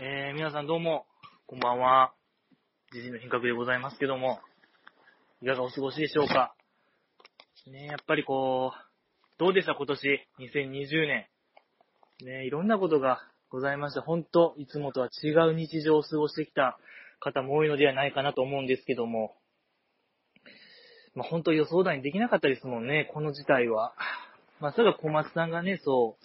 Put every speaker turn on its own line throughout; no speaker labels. えー、皆さんどうも、こんばんは。じじいの品格でございますけども、いかがお過ごしでしょうか。ねやっぱりこう、どうでした今年、2020年。ねいろんなことがございました。本当いつもとは違う日常を過ごしてきた方も多いのではないかなと思うんですけども、まあ、本当予想だにできなかったですもんね、この事態は。まあ、それが小松さんがね、そ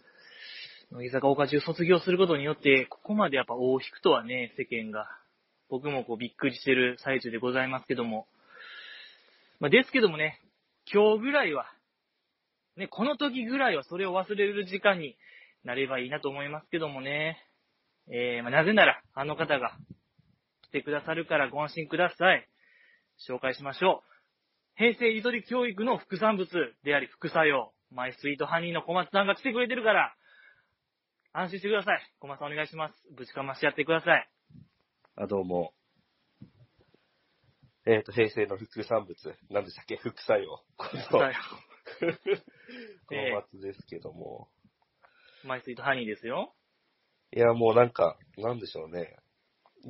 う、乃木坂岡中卒業することによって、ここまでやっぱ大引くとはね、世間が。僕もこうびっくりしてる最中でございますけども。まあ、ですけどもね、今日ぐらいは、ね、この時ぐらいはそれを忘れる時間になればいいなと思いますけどもね。えー、まあ、なぜなら、あの方が来てくださるからご安心ください。紹介しましょう。平成ゆとり教育の副産物であり副作用。マイスイートハニーの小松さんが来てくれてるから、安心してください。小松さんお願いします。ぶちかましてやってください。
あ、どうも。えっ、と、平成の副産物、何でしたっけ副作用。こ
副作
の、こ
ええ
の松ですけども。
用マイスイートハニーですよ。
いや、もうなんか、なんでしょうね。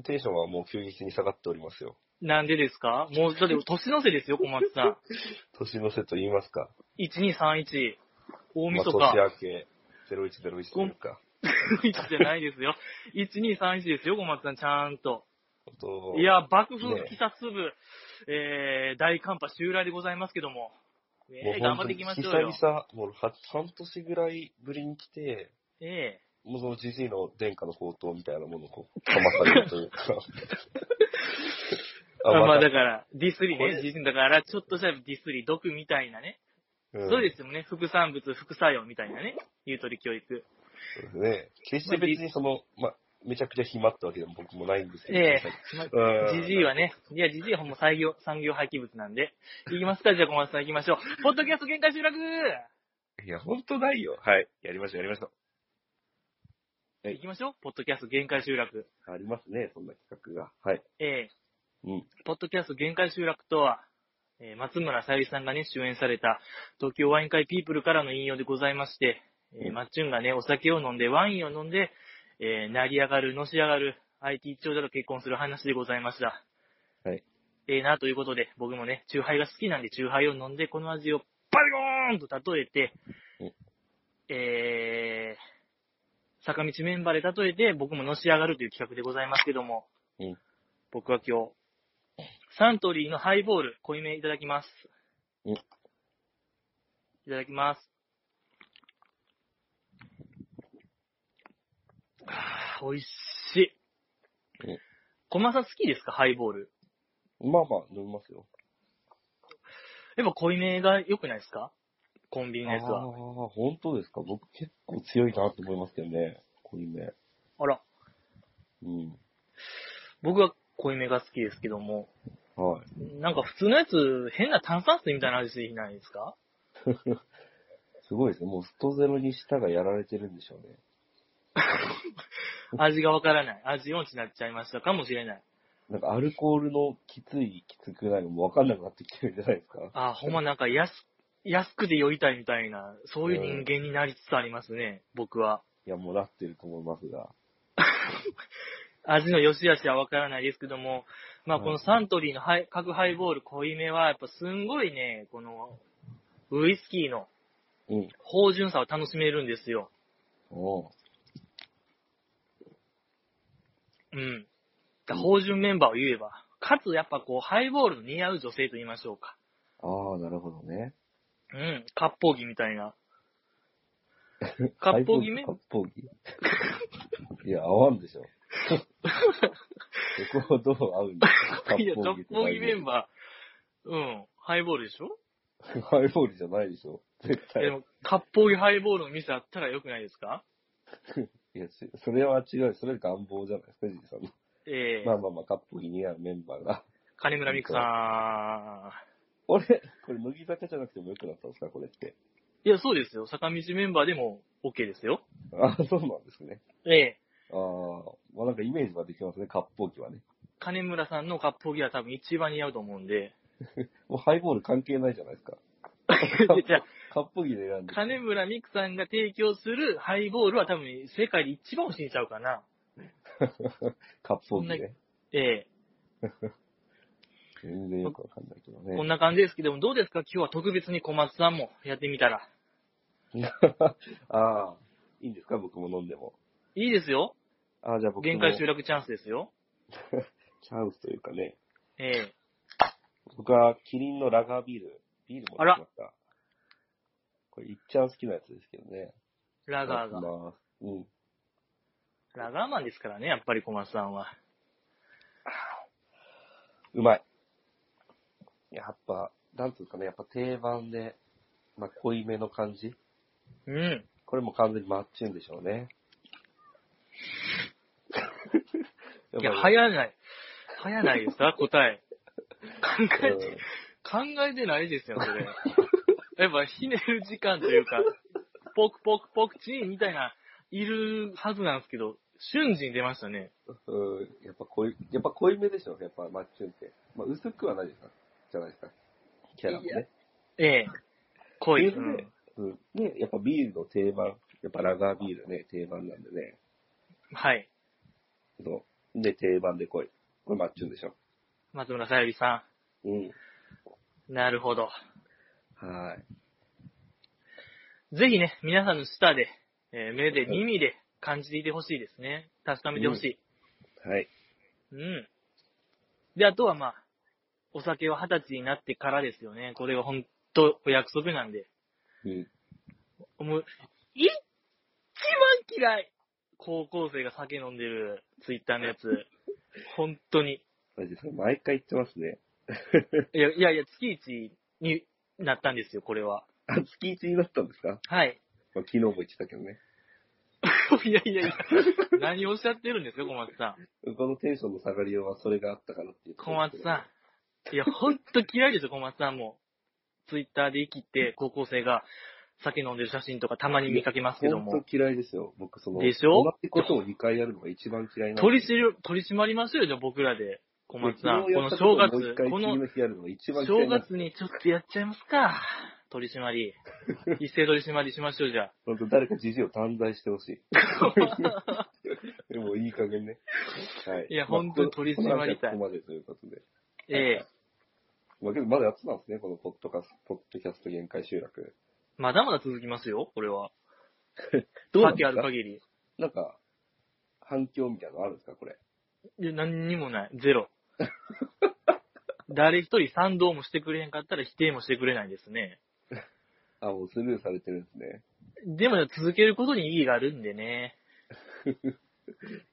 テンションはもう急激に下がっておりますよ。
なんでですかもう、だって年の瀬ですよ、小松さ ん。
年の瀬と言いますか。
1231。大
まあ、
晦
年
日。
明け、0101というか。
一じゃないですよ。1231ですよ、小松さん、ちゃんと。
あと
い、や、爆風
ね
来た粒、えー、大寒波襲来でございますけども。
も
え
う
ー、頑張
本
って
当に
いきまし
久
ょうよ。
々、もうは半年ぐらいぶりに来て、
え
もうその GC の殿下の宝刀みたいなものをこう、かまされるというか。
えまあ、まあ、
た
だから、ディスリ
こ
ね、
れ
自身だから、ちょっとしたディスリ、毒みたいなね。
ん
そうですよね、副産物、副作用みたいなね。ゆうとり教育。
そうですね。決して別にその、まあ、めちゃくちゃ暇ってわけでも僕もないんですけど。
え
うん
じじいはね、いや、じじいはもう産業、産業廃棄物なん で。いきますか、じゃあ小松さん行きましょう。ポッドキャスト限界集落
いや、ほんとないよ。はい。やりましょう、やりましょはい
行きましょう、ポッドキャスト限界集落。
う。ありますね、そんな企画が。はい。
ええ
うん。
ポッドキャスト限界集落とは、えー松村さゆりさんがね、主演された、東京ワイン会ピープルからの引用でございまして、えー
うん
マッチュンがね、お酒を飲んで、ワインを飲んで、えー成り上がる、のし上がる、IT 長者と結婚する話でございました。
はい。
ええなということで、僕もね、チューハイが好きなんで、チューハイを飲んで、この味をバリゴーンと例えて
うん、
えー、坂道メンバーで例えて、僕ものし上がるという企画でございますけども、
うん
僕は今日、サントリーのハイボール、濃いめいただきます。
うん
いただきます。あー美味しい
うん。
小松さん好きですかハイボール。
まあまあ、飲みますよ。
やっぱ濃いめが良くないですかコンビニのやつ
あ
は。
ー、本当ですか。僕結構強いなと思いますけどね。濃いめ。
あら、
うん。
僕は濃いめが好きですけども、
はい。
なんか普通のやつ、変な炭酸水みたいな味していないですか
すごいですね。もうストゼロに舌がやられてるんでしょうね。
味がわからない。味音痴になっちゃいましたかもしれない。
なんかアルコールのきつい、きつくないのもわかんなくなってきてるんじゃないですか。
あー、ほんまなんか安、安くで酔いたいみたいな、そういう人間になりつつありますね、僕は。
いや、もうなってると思いますが。
味の良し悪しはわからないですけども、まあ
はい
このサントリーのハイ角ハイボール濃いめは、やっぱすんごいね、この、ウイスキーの
うん。
芳醇さを楽しめるんですよ。
おう
うん。だ芳醇メンバーを言えば。かつやっぱこう、ハイボールの似合う女性と言いましょうか。
ああ、なるほどね。
うん。割烹着みたい な。割烹着め
割烹着。いや、合わんでしょ。そこはどう合うんだ
いや、割烹着メン
バ
バー。うん。ハイボールでしょ
ー。ハイボールじゃないでしょ。絶対。
でも、割烹着ハイボールの店あったらよくないですか
いや、しそれは違う。それは願望じゃないですか、じいさんの。
ええ
まあまあまあ、割烹着似合うメンバーが。
金村美久さ
俺、これ、乃木坂じゃなくてもよくなったんですか、これって。
ん。いや、そうですよ。坂道メンバーでも OK ですよ。
ああ、そうなんですね。
ええ
ああ、まあなんかイメージはできますね、割烹着はね。
金村さんの割烹着は多分一番似合うと思うん で。
もうハイボール関係ないじゃないですか。
でじゃあ
割烹着で選んで。
金村美久さんが提供するハイボールは多分世界で一番美味しいんちゃうかな。
カップ帯ね。
え
全然よくわかんないけど
えこん
ね。
な感じですけども、どうですか今日は特別に小松さんもやってみたら。
ああ、いいんですか僕も飲んでも。
いいですよ。
ああ、じゃあ僕も。
限界集落チャンスですよ。
チャンスというかね。
ええ
僕はキリンのラガービール、ビールも
あ
飲
ら
みました。これ、いっちゃん好きなやつですけどね。
ラガー
いただ
が。
きますうん。
ラガーマンですからね、やっぱり小松さんは。
うまい。やっぱ、なんつうんですかね、やっぱ定番で、まあ、濃いめの感じ。
うん。
これも完全にマッチュンでしょうね。
いや、
っぱり
流行らない。流行らないですか答 え。考えて、考えてないですよ、それ。 やっぱ、ひねる時間というか、ポクポクポクチーンみたいな、いるはずなんですけど、瞬時に出ましたね。
うん、うんやっぱ濃い、やっぱ濃いめでしょうね、やっぱマッチュンって。まあ、薄くはないですか、じゃないですか。キャラも
いや
ね。
ええ。濃い。
っていうので
うん
うん。で、やっぱビールの定番、やっぱラガービールね、定番なんでね。
はい。
ので、定番で濃い。これマッチュンでしょ。
松村さゆりさ
うん。
ん。なるほど。
はい。
ぜひね、皆さんの舌で、えー目で、耳で感じていてほしいですね。確かめてほしい。
はい。
うん。で、あとはまあ、お酒は二十歳になってからですよね。これは本当お約束なんで。
うん。
もう、一番嫌い高校生が酒飲んでるツイッターのやつ。本当に。
マジでそれ毎回言ってますね。
いやいやいや、月一になったんですよ、これは。
あ、月一になったんですか、
はい。
まあ、昨日も言ってたけどね。
いやいやいや、何をおっしゃってるんですか、小松さん。
このテンションの下がりようはそれがあったかなっていう。
小松さん。いや、ほんと嫌いですよ、小松さんも。ツイッターで生きて、高校生が酒飲んでる写真とかたまに見かけますけど
本
も。
当嫌いですよ。僕、その、
でしょ
同じことを2回やるのが一番嫌いな
取り締る取り締まりましょうよ、じゃあ僕らで。小松さん。
昨
こ
日や
の
った
正
とをも
月
う一、回
こ
次
の
の日やるのが一番嫌
正
いな。
月にちょっとやっちゃいますか。取り締ま り。一斉取り締まりしましょう、じゃあ。
本当誰か時事を短大してほ しい。でもいい加減ね。はい。
いや本当に取り締まりたい
あここまでということで。
ええ
まあけどまだやってたんですね、このポッドカスポッドキャスト限界集落。
まだまだ続きますよ、これは。
どうなん
覇
ですか
気ある限り。
なんか、反響みたいなのあるんですか、これ。
いや、何にもない。ゼロ。誰一人賛同もしてくれへんかったら否定もしてくれないですね。
あ、もうスルーされてるんですね。
でも続けることに意義があるんでね。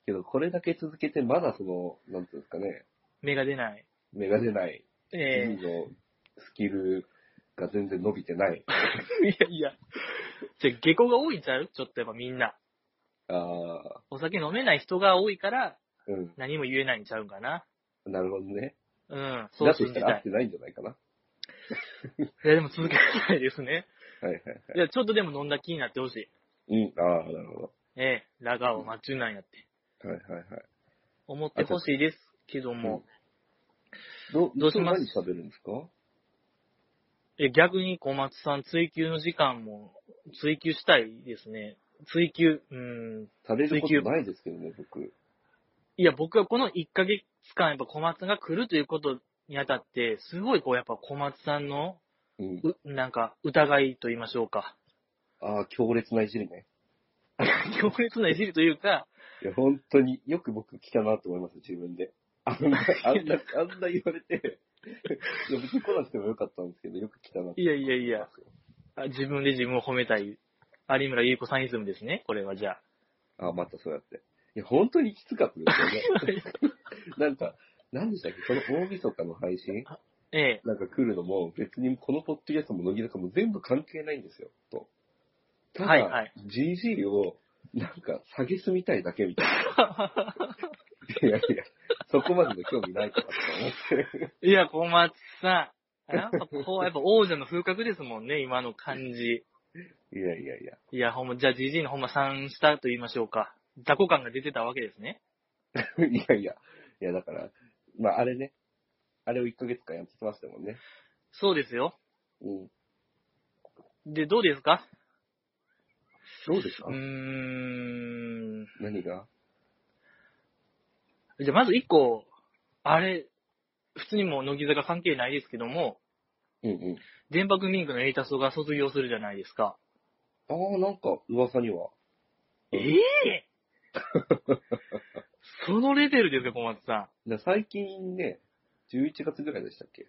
けど、これだけ続けて、まだその、なんていうんですかね、
芽が出ない。
芽が出ない、
え
自身のスキルが全然伸びてない。
え いやいや。じゃ、下校が多いんちゃうちょっとやっぱみんな。
あ
お酒飲めない人が多いから
ー、う
何も言えないんちゃうんかな。
ん。なるほどね。
うん。そ
だ
う
と
信じ
した
た
ら合っ
い
て。ないんじゃないかな。
いや、でも続けないですね。
はいはい
いや、ちょっとでも飲んだ気になってほしい。
はい。うん、ああ、なるほど。
ええラガーを待ちなんやって。
はいはいはい。
思ってほしいですけども。
ど
どうします
いつも何食べるんですか
え、逆に小松さん追求の時間も追求したいですね。追求、うん。
食べることないですけどね、僕。
いや、僕はこの1ヶ月間、やっぱ小松さんが来るということにあたって、すごいこう、やっぱ小松さんの、
うん。
う、なんか、疑いと言いましょうか。
ああ、強烈ないじりね。
強烈ないじりというか、
いや、本当によく僕来たなと思います、自分で。あんな、 あんな、あんな言われて。いや、別に来なくてもよかったんですけど、よく来たなって
いやいやい
思い
や
ま、すよ。
あ自分で自分を褒めたい、有村優子さんイズムですね、これはじゃあ。
あ、またそうやって。いや、本当にきつかったです よね。なんか、何でしたっけ、その大晦日の配信
ええ。
なんか来るのも、別にこのポッドキャストも乃木坂も全部関係ないんですよ、と。ただ、
はいはい
GG を、なんか、下げすみたいだけみたい な。いやいや、そこまでの興味ないかなと思って。
いや、小松さん。やっぱこう、やっぱ王者の風格ですもんね、 今の感じ。
いやいやいや。
いや、ほんま、じゃあ、じじいのほんま3したと言いましょうか。雑魚感が出てたわけですね。
いやいや。いや、だから、まあ、あれね。あれを1ヶ月間やってきましたもんね。
そうですよ。
うん。
で、どうですか
どうですか、
うーん。
何が
じゃあまず一個、あれ、普通にもう乃木坂関係ないですけども、
うんうん。
電波組ミンクのエイタソが卒業するじゃないですか。
ああ、なんか、噂には。
ええ そのレベルですよ、小松さ
で最近ね、11月ぐらいでしたっけ
ん。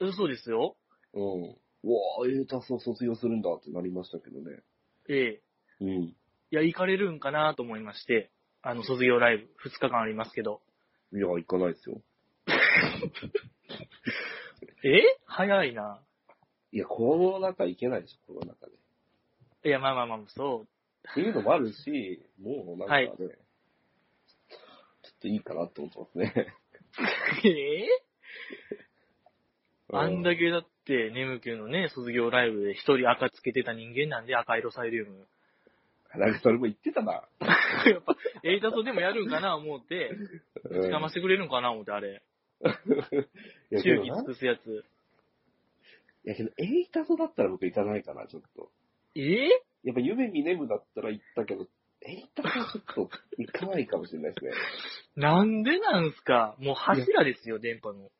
嘘ですよ。
うん。うわあ、エータスを卒業するんだってなりましたけどね。
ええ
うん。
いや、行かれるんかなと思いまして、あの、卒業ライブ、2日間ありますけど。
いや、行かないですよ。
え早いな。
いや、コロナ禍行けないでしょ、コロナ禍で。
いや、まあまあまあ、そう。
っていうのもあるし、 もうなんかね、
はい
ちょっといいかなって思ってますね。
ええあんだ
け。
けだって、ネムキュのね、卒業ライブで一人赤つけてた人間なんで、赤色サイリウム。
なんかそれも言ってたな。
やっぱ、エイタソでもやるんかな思って、
う
捕ましてくれるんかな思って、あれ。
いや、け
忠
ど
義
な
尽くすやつ。
いやけど、エイタソだったら僕行かないかな、ちょっと。
え
やっぱ夢見ネムだったら行ったけど、エイタソちょっと行かないかもしれないですね。
なんでなんすかもう柱ですよ、電波の。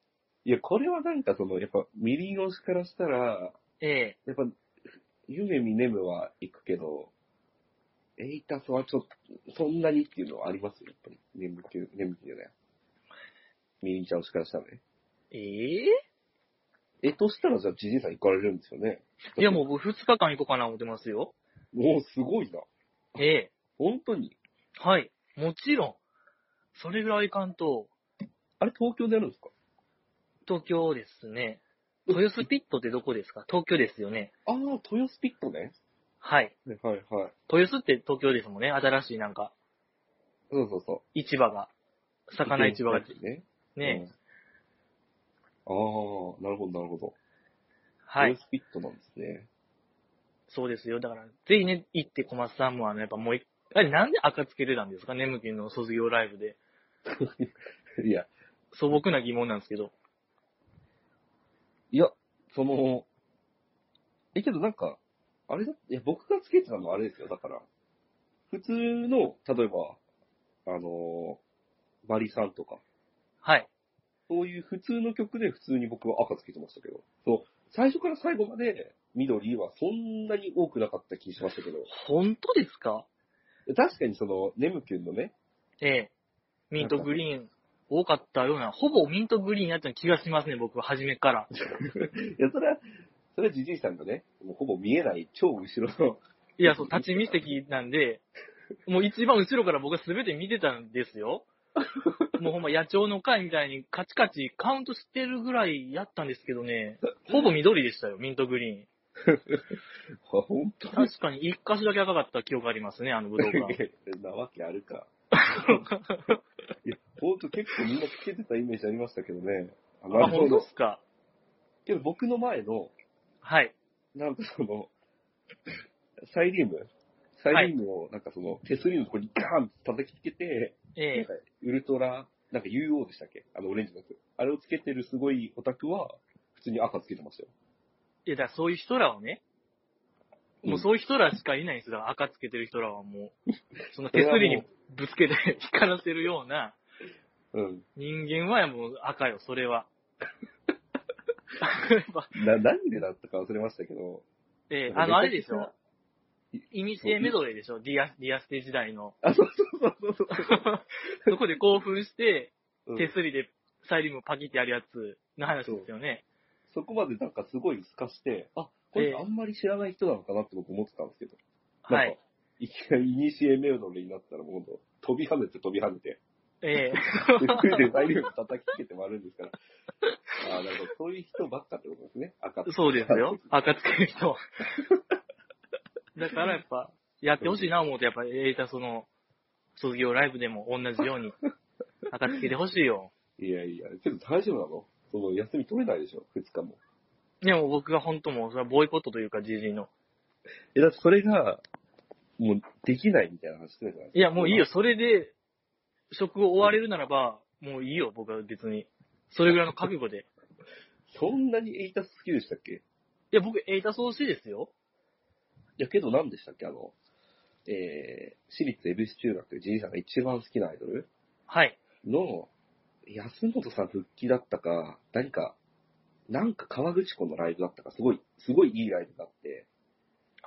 いや、これはなんかその、やっぱミリオン推しからしたら、
え
やっぱ、夢見ネムは行くけど、エイタスはちょっと、そんなにっていうのはありますよ、やっぱり。眠気、眠気じゃない。ミリンちゃんをしからしたらね。
ええ
え、としたらじゃあ、ジジイさん行かれるんですよね。
えいや、もう僕2日間行こうかな思ってますよ。
もうすごいな。
ええ
本当に。
はい。もちろん。それぐらいいかんと、
あれ、東京でやるんですか
東京ですね。豊洲ピットってどこですか東京ですよね。
ああ、豊洲ピットね。
はい。
はいはいはい。
豊洲って東京ですもんね。新しいなんか、
そうそうそう。
市場が。魚市場が。
ね。
ね。
うん。ああ、なるほどなるほど。
はい。
豊洲ピットなんですね。
そうですよ。だから、ぜひね、行って小松さんも、あの、やっぱもう一あれ、なんで赤つけてたんですかねむきんの卒業ライブで。
いや、
素朴な疑問なんですけど。
いや、その、え、けどなんか、あれだ、いや、僕がつけてたのはあれですよ、だから、普通の、例えば、あのー、マリさんとか、
はい。
そういう普通の曲で普通に僕は赤つけてましたけど、そう、最初から最後まで緑はそんなに多くなかった気しましたけど、
本当ですか
確かにその、ネムキュンのね、
ええ。ミントグリーン、多かったような、ほぼミントグリーンやったような気がしますね、僕は、初めから。
いや、それは、それはじじいさんがね、もうほぼ見えない超後ろの、
いや、そう、立ち見席なんで、もう一番後ろから僕は全て見てたんですよ。もうほんま野鳥の会みたいにカチカチカウントしてるぐらいやったんですけどね、ほぼ緑でしたよ、ミントグリーン。
ほんとに
確かに一箇所だけ赤かった記憶ありますね、あの武道 館。
なわけあるか。いや、ほんと結構みんなつけてたイメージありましたけどね。あな
あ、本当ですか
けど僕の前の、
はい。
なんかその、サイリウムサイリウムを、なんかその、手すりのとこにガーンって叩きつけて、なん
ええ
かウルトラ、なんか UO でしたっけあのオレンジのやつ。あれをつけてるすごいオタクは、普通に赤つけてましたよ。
いや、だからそういう人らをね、もうそういう人らしかいないんですよ。だから赤つけてる人らはもう、その手すりにぶつけて光らせるような
うん。
人間はもう赤よ、それ は。やっぱ
な、何でだったか忘れましたけど。
ええあの、あれでし
めちゃ
ょ。イミシエメドレーでしょ。ディア、ディアステ時代 の。
あ、そうそうそうそうそう。
そこで興奮して、
うん
手すりでサイリウムパキってやるやつの話ですよね。
そこまでなんかすごい透かして、あ、これあんまり知らない人なのかなって僕思ってたんですけど。
は
なん
い
か。、いきなりイニシエメロディになったらもう飛び跳ねて飛び跳 ねて、
ええ
で、冬で材料に叩きつけて割るんですから。ああ、なるほど。そういう人ばっかってことですね。赤って
そうです よ。赤つける人。だからやっぱ、やってほしいな思うと、やっぱ、エータその、卒業ライブでも同じように、赤つけてほしい よ。
いやいや、けど大丈夫なのその休み取れないでしょ、2日も。
でも僕が本当もう、それはボイコットというか、ジジイの。
え、だってそれが、もうできないみたいな話してるじゃない
いや、もういいよ。。それで、職を追われるならば、もういいよ、僕は別に。それぐらいの覚悟で。
そんなにエイタス好きでしたっけ い
いや、僕、エイタソーシですよ。
や、けど何でしたっけあの、えー、私立恵比寿中学、じいさんが一番好きなアイドル
はい。
の、安本さん復帰だったか、何か、なんか川口湖のライブだったか、すごい、すごいいいライブがあって、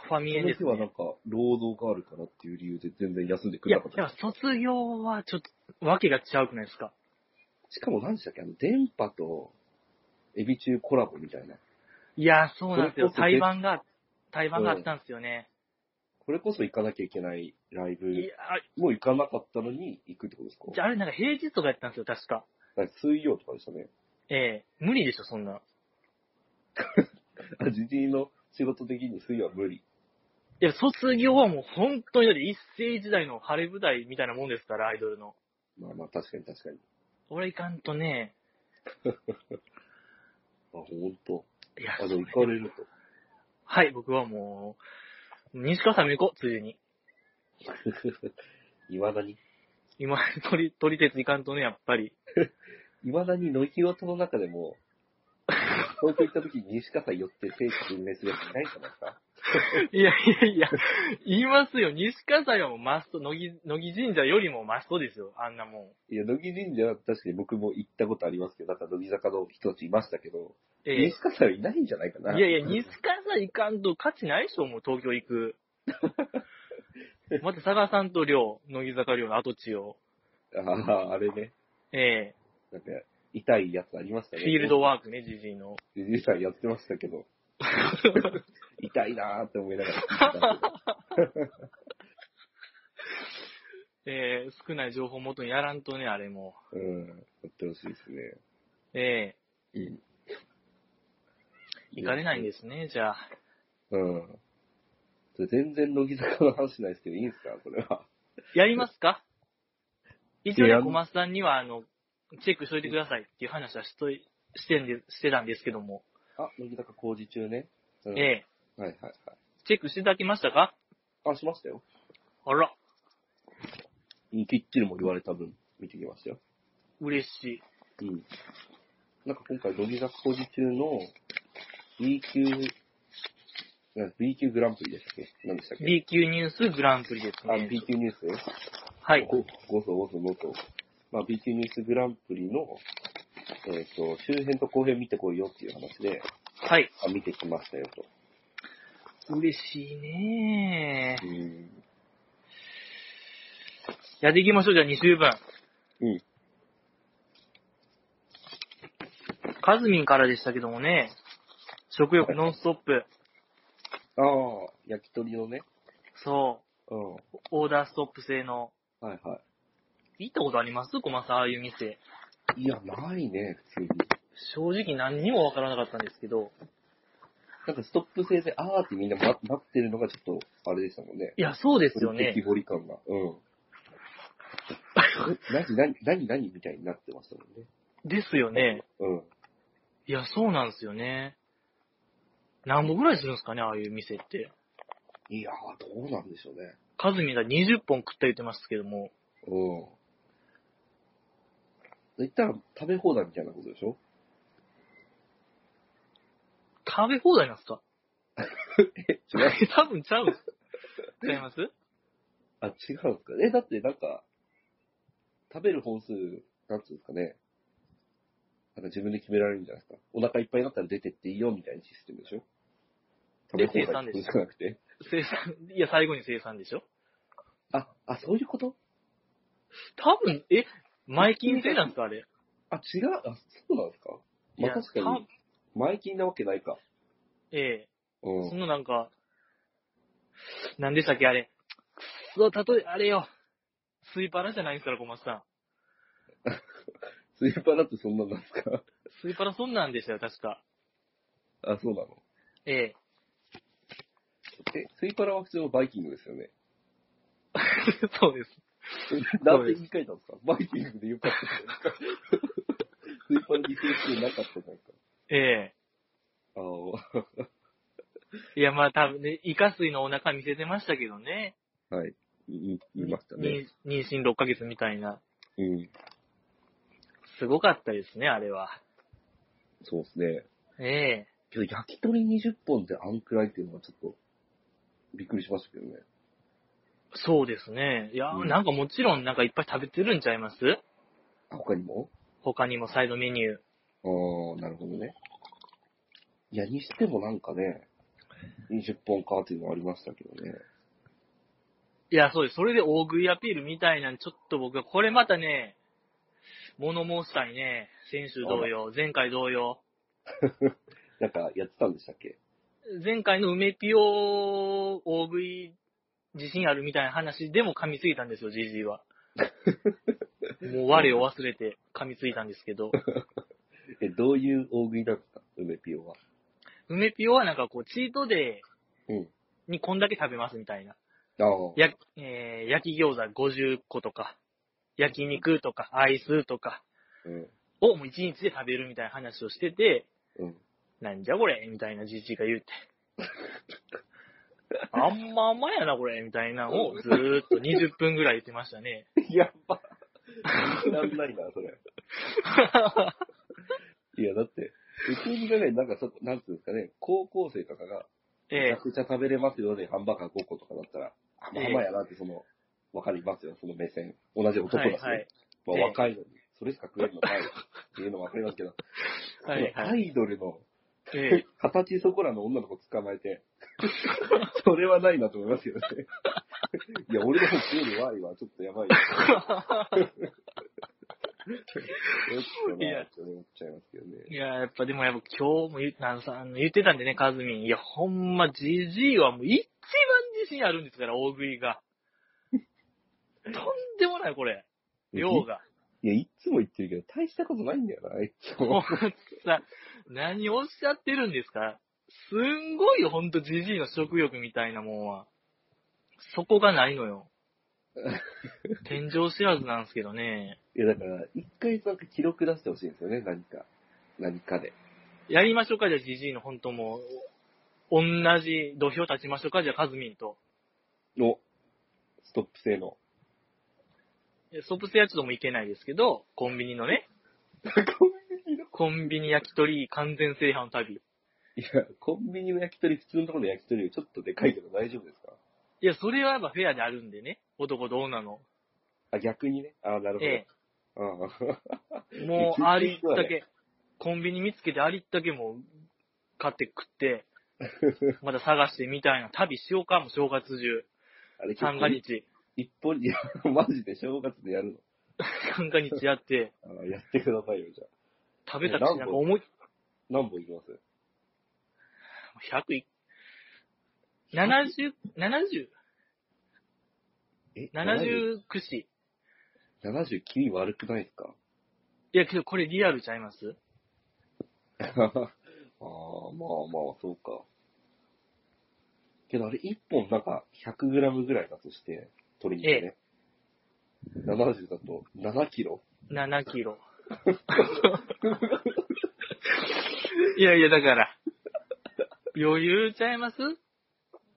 ファミエ
その
で
日
す
はなん
ね。
か、労働があるからっていう理由で全然休んで
い
くれ
や、
なか
だ
っ
か
た。
ら卒業はちょっと、わけが違うくないですか。
しかも何でしたっけあの、電波と、エビ中コラボみたいな。
いや、そうなんですよ。
それこそ
対バンが、対バンがあったんですよね。
これこそ行かなきゃいけないライ
い
ブ、
や、
もう行かなかったのに行くってことですか
じゃああれなんか平日とかやったんですよ、確か。
なんか水曜とかでしたね。
ええ無理でしょ、そんな。
あ、ジジイの仕事的に水曜は無理。
いや、卒業はもう本当にだって一世時代の晴れ舞台みたいなもんですから、アイドルの。
まあまあ確かに確かに。
俺いかんとね、
あ、ほんと。
いや、
あ、でも行かれると。
はい、僕はもう、西川さんも行こう、ついでに。
いまだに。
今、 鳥、鳥鉄いかんとね、やっぱり。
いまだに野木音の中でも、東京行った時に西笠寄って聖地巡礼するやついないんじゃないですか。
いやいやいや、言いますよ。西葛西はもうマスト、乃木、乃木神社よりもマストですよ、あんなもん。
いや、野木神社は確かに僕も行ったことありますけど、なんか乃木坂の人たちいましたけど、
ええ
西笠はいないんじゃないかな。
いやいや、西葛西いかんと価値ないでしょ、もう東京行く。また佐賀さんと亮、乃木坂亮の跡地を。
ああ、あれね。
え
なんか、痛いやつありました
え
ね。
フィールドワークね、ジジイの。
ジジイさんやってました けど、痛いなーって思いながら聞いてたんですけど。
ええ少ない情報元にやらんとね、あれも。
うん、やってほしいですね。
え
うん。
え行かれないんですね、じゃあ。
うん。それ全然乃木坂の話しないですけど、いいんですかそれは。
やりますか一応
い
ね、
や
小松さんには、あの、チェックしといてくださいっていう話はしとい、してんで、してたんですけども。
あ、乃木坂工事中ね。うん、
ええ
はいはいはい。
チェックしていただきましたか
あ、しましたよ。
あら、
うん、きっちりも言われた分、見てきましたよ。
嬉しい。
うん。なんか今回、乃木坂工事中の B 級、な B 級グランプリでしたっけ何でしたっけ
B 級ニュースグランプリです
あ
ね、。
B 級ニュース
はい。
ごごそごそごそ。まあ、B 級ニュースグランプリの、えっ、と、周辺と後編見てこいよっていう話で、
はい。
あ、見てきましたよと。
嬉しいね
う
ー
ん。
やっていきましょう、じゃあ2週分。
うん。
カズミンからでしたけどもね、食欲ノンストップ。
ああ、焼き鳥のね。
そ
うん。
う。
は
オーダーストップ製の。
いは
行ったことあります小松さん、ああいう店。
い。いや、ないね、普通に。
正直何にもわからなかったんですけど、
なんかストップ製で、あーってみんな待待ってるのがちょっと、あれでしたもんね。
いや、そうですよ
浮き
ね。
彫り感が。 うん。何、何、何、何みたいになってましたもんね。
ですよね。
うん。
いや、そうなんですよね。何本ぐらいするんですかね、ああいう店って。
いやー、どうなんでしょうね。
カズミンが20本食った言ってますけども、
うん。言ったら食べ放題みたいなことでしょ
食べ放題なんですか
え、違う
多分ちゃう。ちゃいます
あ、違うんですかえ、だってなんか、食べる本数、なんつうんですかね。なんか自分で決められるんじゃないですか。お腹いっぱいになったら出てっていいよみたいなシステムでしょ食
で
べ放題
生産です
じゃなくて。
生産、いや、最後に生産でしょ
あ、あ、そういうこと
多分、え、前金制なんですか、あれ。
あ、違う、あ、そうなんですか
いや
まあ、確か
た
に、前金なわけないか。
ええ
うん
そ。のなんか、なんでしたっけ、あれ。くそ、たとえ、あれよ。スイパラじゃないんですから、小松さん。
スイーパーだってそんなんなんですか
スイパラそんなんでしたよ、確か。
あ、そうなの。
ええ
え、スイーパラは普通のバイキングですよね。
そうです。
えなんで言い換えたんですかバイキングでよかったじゃないですか。スイーパーに訂正なかったじゃないですか。
え
あの、
えいや、まあ多分ね、イカ水のお腹見せてましたけどね。
はい。い言いましたね。
に妊娠6ヶ月みたいな。
うん。
すごかったですね、あれは。
そうですね。
ええ
けど、焼き鳥20本であんくらいっていうのはちょっと、びっくりしましたけどね。
そうですね。いや、
うん
なんかもちろんなんかいっぱい食べてるんちゃいます
あ他にも
他にもサイドメニュー。
ああ、なるほどね。いや、にしてもなんかね、20本かっていうのはありましたけどね。
いや、そうです。それで大食いアピールみたいなんで、ちょっと僕は、これまたね、物申したいね。先週同様、前回同様。
なんかやってたんでしたっけ
前回の梅ピオ大食い自信あるみたいな話でも噛みついたんですよ、ジージーは。もう我を忘れて噛みついたんですけど。
え、どういう大食いだった梅ピオは。
梅ピオはなんかこう、チートデ
うん。
ーにこんだけ食べますみたいな。
ああ。
や、えー焼き餃子50個とか、焼肉とか、アイスとか
うん。
をもう1日で食べるみたいな話をしてて、
うん。
なんじゃこれみたいなじじいが言うて。あんま甘やな、これみたいなのをずーっと20分ぐらい言ってましたね。
やっぱ。なんないな、それ。いや、だって、普通に考えてなんかそ、なんていうんですかね、高校生とかが、め ち
え
ゃくちゃ食べれますよね、ハンバーガー5個とかだったら、あま
ええ
あまあやなって、その、わかりますよ、その目線。同じ男だし、ね
はいはい
まあ
ええ
若いのに、それしか食えるのないっていうのもわかりますけど、
え はい
その
は
ア
い。
イドルの、
え
形そこらの女の子捕まえて、 それはないなと思いますよね。いや、俺の方食えるわいは、ちょっとやばいよ。ちょっとなって思っちゃいますけどね。
えいや、やっぱでもやっぱ今日も言うなんさあの言ってたんでね、カズミン。いや、ほんま、じじいはもう一番自信あるんですから、大食いが。とんでもない、これ。量が。
いや、いつも言ってるけど、大したことないんだよな、あいつ
もう
も。
さ、何をおっしゃってるんですかすんごいよ、ほんと、じじいの食欲みたいなもんは。そこがないのよ。天井知らずなんですけどね。
いや、だから、一回なんか記録出してほしいんですよね、何か。何かで。
やりましょうか、じゃあ、じじいの本当もう、同じ土俵立ちましょうか、じゃあ、カズミンと。
の、ストップ性の。
ソプスやつともいけないですけど、コンビニのね、コンビニ焼き鳥完全制覇の旅。
いや、コンビニの焼き鳥、普通のところの焼き鳥よりちょっとでかいけど大丈夫ですか
いや、それはやっぱフェアであるんでね、男と女の。
あ、逆にね。あ、なるほど。
え
ああ
え。もう、ありったけ、コンビニ見つけてありったけもう買って食 って、また探してみたいな旅しようか、もう正月中。
あれ、
三が日、
一本に、いや マジで正月でやる
三が日やって、
の。あやってくださいよ、じゃあ。
食べたくしなんか思い、
何本いきます
100い、70、70、
え
70串。
70、気味悪くないですか
いや、けどこれリアルちゃいます
ああ、まあまあ、そうか。けどあれ、一本なんか 100g ぐらいだとして、鶏肉ね。70だと7キロ
7キロ。 いやいや、だから、余裕ちゃいます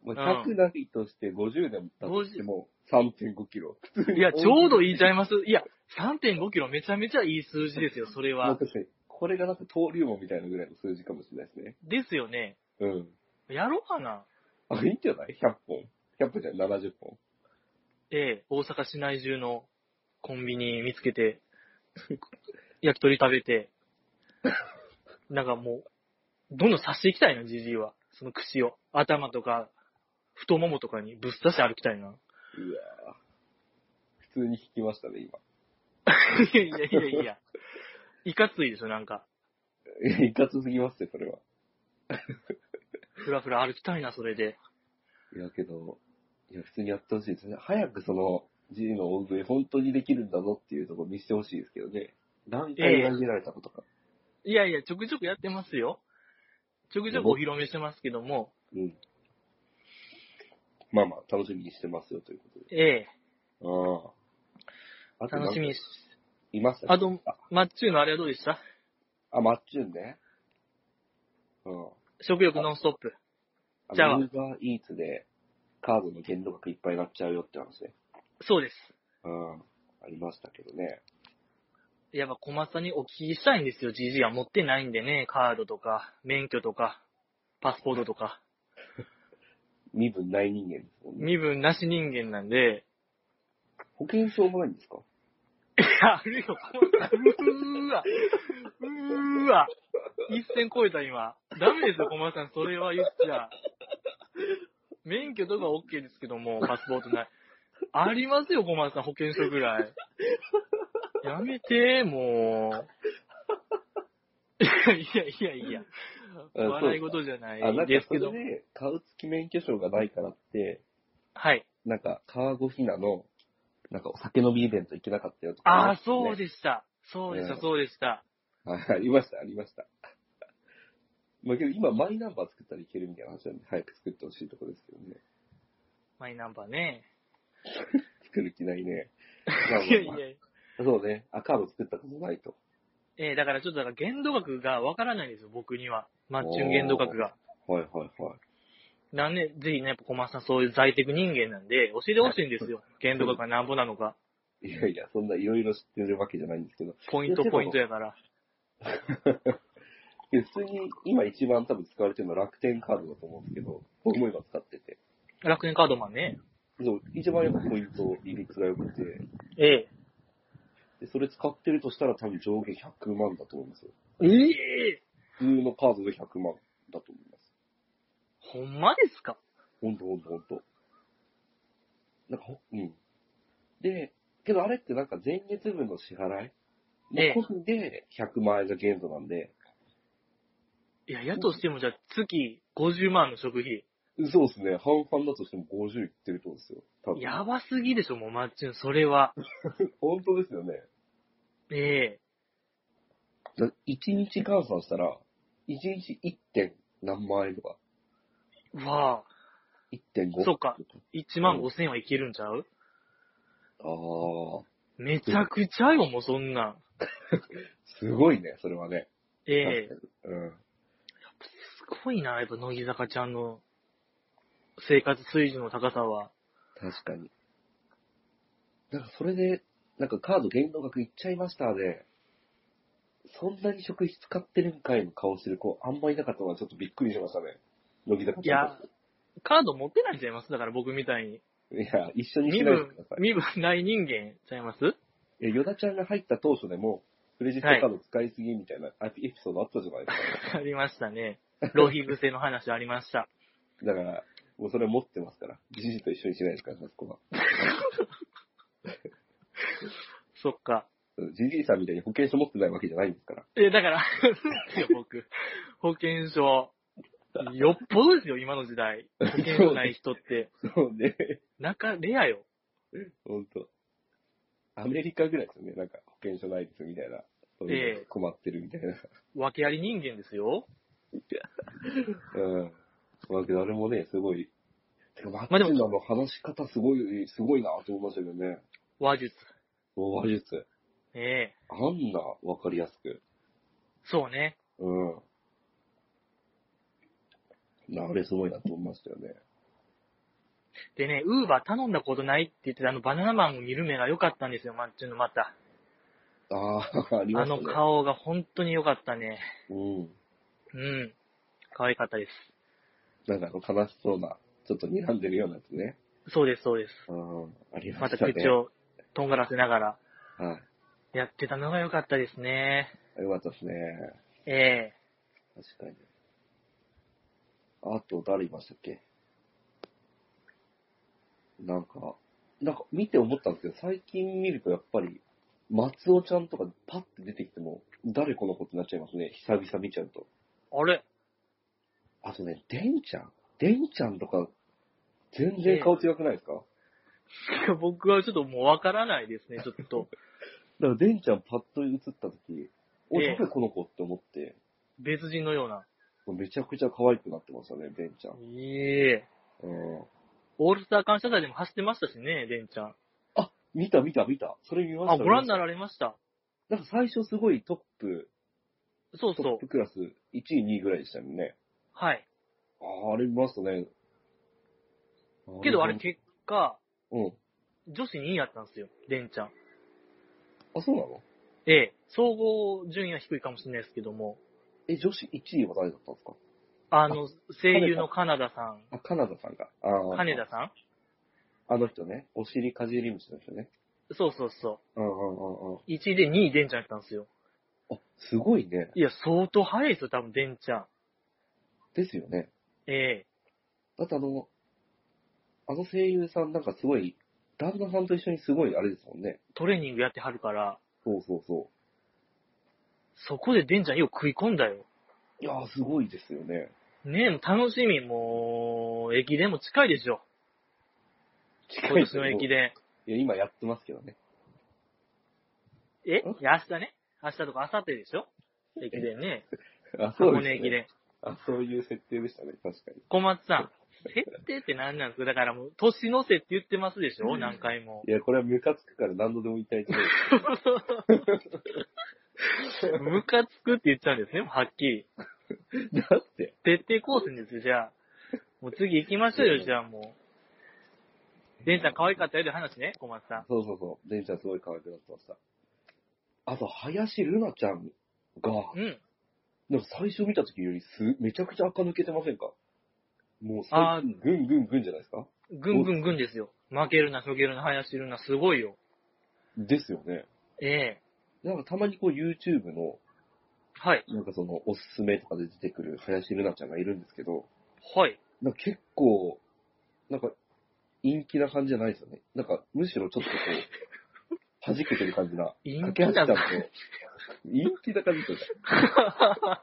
ま
う
あ
ん
?100 ないとして50でもだとしても3.5キロ。普通に
いや、ちょうどいいちゃいますいや、3.5キロめちゃめちゃいい数字ですよ、それ
まあ
は。
確かに、これがなんか登竜門みたいなぐらいの数字かもしれないですね。
ですよね。
うん。
やろうかな。
あ、いいんじゃない ?100 本。100本じゃない、70本。
ええ、大阪市内中のコンビニ見つけて、焼き鳥食べて、なんかもう、どんどん刺していきたいな、じじいは。その串を。頭とか、太ももとかにぶっ刺して歩きたいな。
うわぁ普通に引きましたね、今。
いやいやいやいや。いかついでしょ、なんか。
えいかつすぎますね、それは。
ふらふら歩きたいな、それで。
いや、けど、いや、普通にやってほしいですね。早くその、G の大食い、本当にできるんだぞっていうところ見せてほしいですけどね。何回裏切られたことか。
いやいや、ちょくちょくやってますよ。ちょくちょくお披露目してますけども、
うん。まあまあ、楽しみにしてますよ、ということで。
ええ、
ああ。あとなんか
楽しみにし。
いました
あと、マッチューのあれはどうでした
あ、マッチュンね。うん。
食欲ノンストップ。
あ
じゃあ
の、ユーバーイーツで、カードの限度額いっぱいになっちゃうよって話ね。
そうです。
うん。ありましたけどね。
やっぱ小松さんにお聞きしたいんですよ。GG は持ってないんでね。カードとか、免許とか、パスポートとか。
身分ない人間ですもんね。
身分なし人間なんで、
保険証もないんですか
いや、あるよ。うーわ。うーわ。一線超えた、今。ダメですよ、小松さん。それは言っちゃ。免許とかは OK ですけども、パスポートない。ありますよ、小松さん、保険証ぐらい。やめて、もう。いやいやいやいや。
そう
笑い事じゃな
あ、なん
い
か
です
そ
けど。
れで、顔付き免許証がないからって、
はい。
なんか、川越ひなの、なんかお酒飲みイベント行けなかったよとか、
ああ、そう
す。
でした。そうでし
う
た、
ん
そうでした。
はい、 ありました、ありました。 まあけど今、マイナンバー作ったらいけるみたいな話なんで、早く作ってほしいとこですけどね。
マイナンバーね。
作る気な いね。まあまあ
いやい
まあ
や。
そうね。あ、カード作ったことないと。
えーだからちょっとだから限度額がわからないんですよ、僕には。マッチング限度額が。
はいはいはい。
なんで、ぜひね、やっぱ小松さんそういう在宅人間なんで、教えてほしいんですよ。限度額がなんぼなのか。
いやいや、そんないろいろ知ってるわけじゃないんですけど。
ポイント
いやでも
ポイントやから。
いや普通に今一番多分使われてるのは楽天カードだと思うんですけど、僕も今使ってて。
楽天カードマンね。
そう、一番やっぱポイント、利率が良くて、
え
でそれ使ってるとしたら多分上限100万だと思いますよ。
えええ
普通のカードで100万だと思います。
ほんまですか
ほんとほんとほんと。なんかほ、うん。で、けどあれってなんか前月分の支払い
ええ
の込みで100万円が限度なんで、
いや、やとしてもじゃあ月50万の食費。
そうですね、半々だとしても50いってると思うんですよ。多分。
やばすぎでしょ、もうマッチング、それは。
本当ですよね。
ええ
だ1日換算したら、1日 1. 点何万円とか、
わあ、
1.5。
そっか。1万5千はいけるんちゃう
ああ、
めちゃくちゃよ、もうそんなん。
すごいね、それはね。
ええ
確かにうん。
すごいな、やっぱ乃木坂ちゃんの生活水準の高さは。
確かに。なんかそれで、なんかカード限度額いっちゃいましたで、そんなに食費使ってるんかいの顔してる子、あんまいなかったのはちょっとびっくりしましたね。乃木坂
いや、カード持ってないんちゃいますだから僕みたいに。
いや、一緒
身
にしないで
分
くださ、い。
身分ない人間ちゃいます
え、ヨダちゃんが入った当初でも、クレジットカード使いすぎみたいなあエピソードあったじゃないですか。
ありましたね。浪費癖の話ありました。
だから、もうそれ持ってますから。じじと一緒にしないですから、そこは。
そっか。
じじいさんみたいに保険証持ってないわけじゃないんですから。
え、だから、ですよ、僕。保険証。よっぽどですよ、今の時代。保険証ない人って。
そうね。
なか、レアよ。
ほんと。アメリカぐらいですよね。なんか、保険証ないですみたいな。そういう
ええ
の困ってるみたいな。
訳あり人間ですよ。
うん。まあ、けどあれもね、すごい。てか、マ
あで
ッ
も
チンの話し方すごい、すごいなと思いましたけどね。
話術。
お話術。
ええ
あんな、わかりやすく。
そうね。
うん。なあれすごいなと思いましたよね。
でね、ウーバー頼んだことないって言ってたあのバナナマンを見る目が良かったんですよ、マッチンのまた。
ああ、ありま
あ
した
の
ね。
顔が本当に良かったね。
うん。
うん。可愛かったで
なんかあの悲しそうな、ちょっと睨んでるようなやつね。
す。そうです、そうです。
うん。ありま
また
したね。
口をとんがらせながら
はい。
やってたのが良かったですね。
よかったですね。
ええ
確かに。あと、誰いましたっけなんか、なんか見て思ったんですけど、最近見るとやっぱり、松尾ちゃんとかパッて出てきても、誰この子ってなっちゃいますね。久々見ちゃうと。
あれ
あとね、デンちゃん。デンちゃんとか、全然顔違くないですか、
いや僕はちょっともうわからないですね、ちょっと。
だから、デンちゃんパッと映った時、お
ええ
い、誰この子って思って、
別人のような。
めちゃくちゃ可愛くなってましたね、デンちゃん。
ええ
うん
オールスター感謝祭でも走ってましたしね、レンちゃん。
あ、見た見た見た。それ見ました。
あ、ご覧に
な
なられました。
なんか最初すごいトップ、
そう
ト
そ
ッ
う
プ。クラス、1位、2位ぐらいでしたよね。
はい。
あーあれ見ましたね。
けどあれ
ー
結果、
うん。
女子2位やったんですよ、レンちゃん。
あ、そうなの
ええ総合順位は低いかもしれないですけども、
え、女子1位は誰だったんですか
あの、声優のカナダさん、
あ、カナダさんか。ああ。
金田さん
あの人ね。お尻かじり虫の人ね。
そうそうそ
うんうんうんうん。
う。1位で2位デンちゃんやったんですよ。
あ、すごいね。
いや、相当早いですよ、多分デンちゃん。
ですよね。
ええ
だってあの、あの声優さんなんかすごい、旦那さんと一緒にすごいあれですもんね。
トレーニングやってはるから、
そうそうそ
そこでデンちゃんよく食い込んだよ。
う。いやーすごいですよね。
ねえ、もう楽しみ、もう、駅伝も近いでしょ。今年の駅
で。
伝。
いや、今やってますけどね。
え
ん
いや、明日ね。明日とか明後日でしょ駅伝ね。
あ、
箱根駅伝。
あ、そういう設定でしたね、確かに。
小松さん、設定って何なんですかだからもう、年の瀬って言ってますでしょ、
うん
何回も。
いや、これはムカつくから何度でも言いたい と思う。
ムカつくって言っちゃうんですね、もうはっきり。
だって、
徹底抗戦ですよ、じゃあ。もう次行きましょうよ、じゃあもう。デンちゃん可愛かったよって話ね、小松さん。
そうそうそう、電車すごい可愛くなってました。あと、林瑠奈ちゃんが、
うん。
なんか最初見た時よりす、めちゃくちゃ垢抜けてませんかもう
あ
最近、ぐんぐんぐんじゃないですか
ぐんぐんぐんですよ。負けるな、しょげるな、林るな、すごいよ。
ですよね。
ええ
なんかたまにこう YouTube の、
はい。
なんかその、おすすめとかで出てくる林瑠奈ちゃんがいるんですけど、
はい。
なんか結構、なんか、陰気な感じじゃないですよね。なんか、むしろちょっとこう、弾けてる感じな。
陰
か
気
け
な
ちゃんと、陰気な感じとか。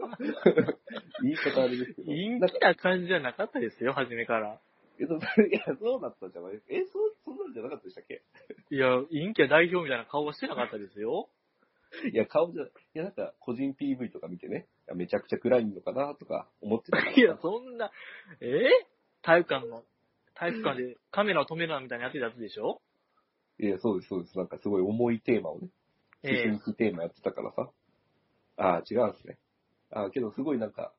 言い方あれですけど。
陰
なんか
気な感じじゃなかったですよ、初めから。
えっと、いや、そうだったんじゃないえ、そう、そんなんじゃなかったでしたっけ
いや、陰キャ代表みたいな顔してなかったですよ。
いや、顔じゃない。いや、なんか、個人 PV とか見てね、いやめちゃくちゃ暗いのかなとか思ってたから。
いや、そんな、え体育館の、体育館でカメラを止めるなみたいなやってたやつでしょ
いや、そうです、そうです。なんかすごい重いテーマをね、思
ええ
春期テーマやってたからさ。ああ、違うんですね。ああ、けどすごいなんか、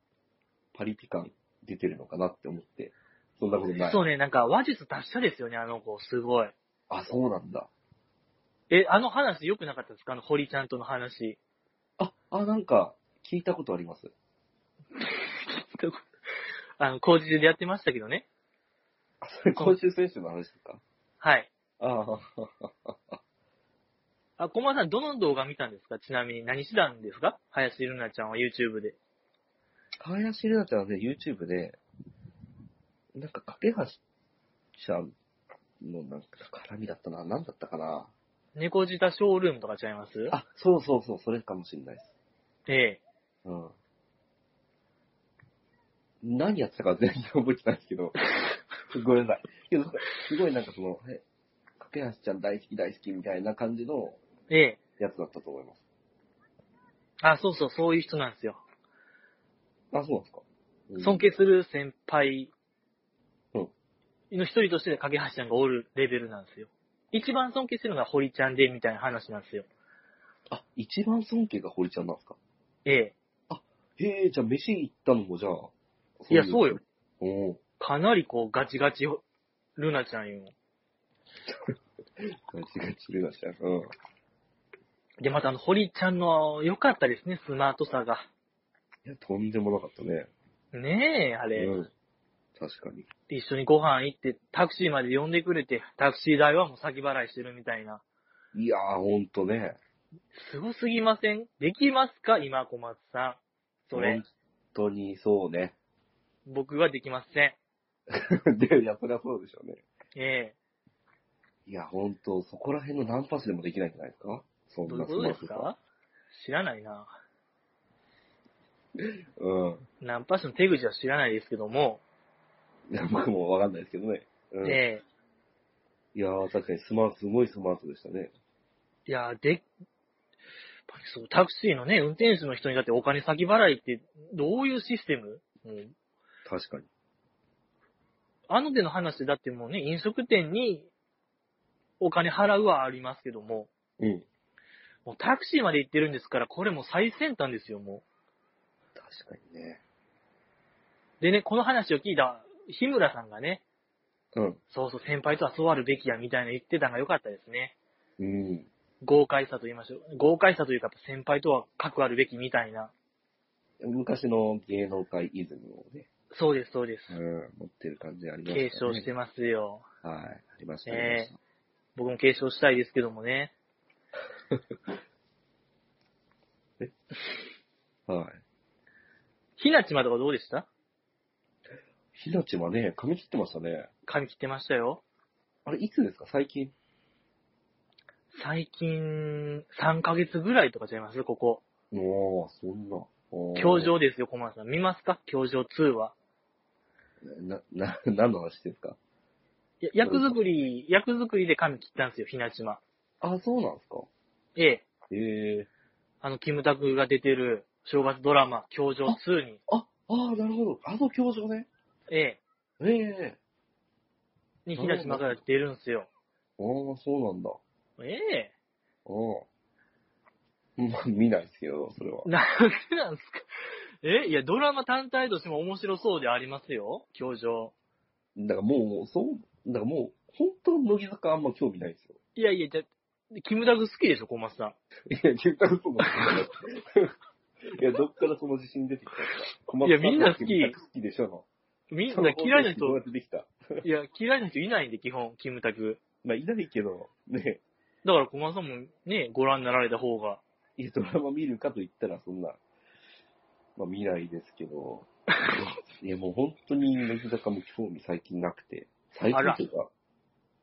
パリピ感出てるのかなって思って、そんなことない。
そうね、なんか話術達者ですよね、あの子、すごい。
あ、そうなんだ。
え、あの話良くなかったですかあの、堀ちゃんとの話。
あ、あ、なんか、聞いたことあります。
あの、工事中でやってましたけどね。
あ、それ、 今週選手の話ですか
はい。
ああ、
あ、小松さん、どの動画見たんですかちなみに、何してたんですか林瑠奈ちゃんは YouTube で。
林瑠奈ちゃんはね、YouTube で、なんか、架け橋ちゃんの、なんか、絡みだったな。なんだったかな。
猫舌ショールームとかちゃいます
あ、そうそうそう、それかもしれないです。
ええ。
うん。何やってたか全然覚えてないですけ ど、ごめんなさい。けど、すごいなんかその、え、架け橋ちゃん大好き大好きみたいな感じの
ええ。
やつだったと思います。
あ、そうそう、そういう人なんですよ。
あ、そうなんですか。うん
尊敬する先輩
うん
の一人として、影橋ちゃんがおるレベルなんですよ。一番尊敬してるのが堀ちゃんで、みたいな話なんですよ。
あ、一番尊敬が堀ちゃんなんですか。
ええ。
へえ、じゃあ飯行ったのもじゃあ。
いや、そうよ。。
おお。
かなりこう、ガチガチ、ルナちゃんよ。
ガチガチルナちゃん。うん。
で、またあの、堀ちゃんの、良かったですね、スマートさが。
いや、とんでもなかったね。
ねえ、あれ。
うん。確かに。
で一緒にご飯行って、タクシーまで呼んでくれて、タクシー代はもう先払いしてるみたいな。
いやー、ほんとね。
すごすぎませんできますか今、小松さん。それ
本。当にそうね。
僕はできません。
で、いや、そりゃそうでしょうね。
ええ
いや、ほんと、そこら辺のナンパスでもできないんじゃないですかそん
どうい
な
うことです
スマー
か知らないな。
トさうん。
ナンパ師の手口は知らないですけども、
いや、僕もわかんないですけどね。うん。
ええ
いやー、確かにスマート、すごいスマートでしたね。
いや、で、やっぱりそう、タクシーのね、運転手の人にだってお金先払いって、どういうシステム、うん、
確かに。
あの手の話でだってもうね、飲食店にお金払うはありますけども、
うん。
もうタクシーまで行ってるんですから、これもう最先端ですよ、も
確かにね。
う。でね、この話を聞いた日村さんがね、
うん。
そうそう、先輩とはそうあるべきや、みたいな言ってたのが良かったですね。
うん。
豪快さと言いましょう。豪快さというか、先輩とは格あるべきみたいな。
昔の芸能界イズムをね、
そうです、そうです。
うん、持ってる感じありましたね。
継承してますよ。
はい。ありました
ええ
ね。
僕も継承したいですけどもね。
はい。
ひなちまとかどうでした
ひなちまね、髪切ってましたね。
髪切ってましたよ。
あれ、いつですか最近。
最近、3ヶ月ぐらいとかちゃいますここ。
おー、そんな。おー
教。場ですよ、コマンさん。見ますか教場2は。
な、な、何の話ですか
や役作り、役作りで髪切ったんですよ、ひなちま。
あ、そうなんですか
ええ。
ええ
あの、キムタクが出てる正月ドラマ、教場2に。
あ、あー、なるほど。あの教場ね。
ええ。
ええ
にひなちまから出るんすよ。
ああ、そうなんだ。
ええ。
ああ。 まあ、見ないですけど、それは。
なんでなんすか。えいや、ドラマ単体としても面白そうでありますよ、教場。
だからもう、そう、だからもう、本当乃木坂あんま興味ないですよ。
いやいや、じゃ、キムタク好きでしょ、小松さん。
いや、絶対嘘だよ。 いや、どっからその自信出てきたか。
いやみんな好き
小松さん好きでしょの。
みんな嫌いな人
どう、やってできた
いや、嫌いな人いないんで、基本、キムタク。
まあ、いないけど、ね、
だから、小松さんもね、ご覧になられた方が。
いやドラマ見るかと言ったら、そんな、まあ、見ないですけど、いや、もう本当に乃木坂も興味最近なくて、最
あら
近というか、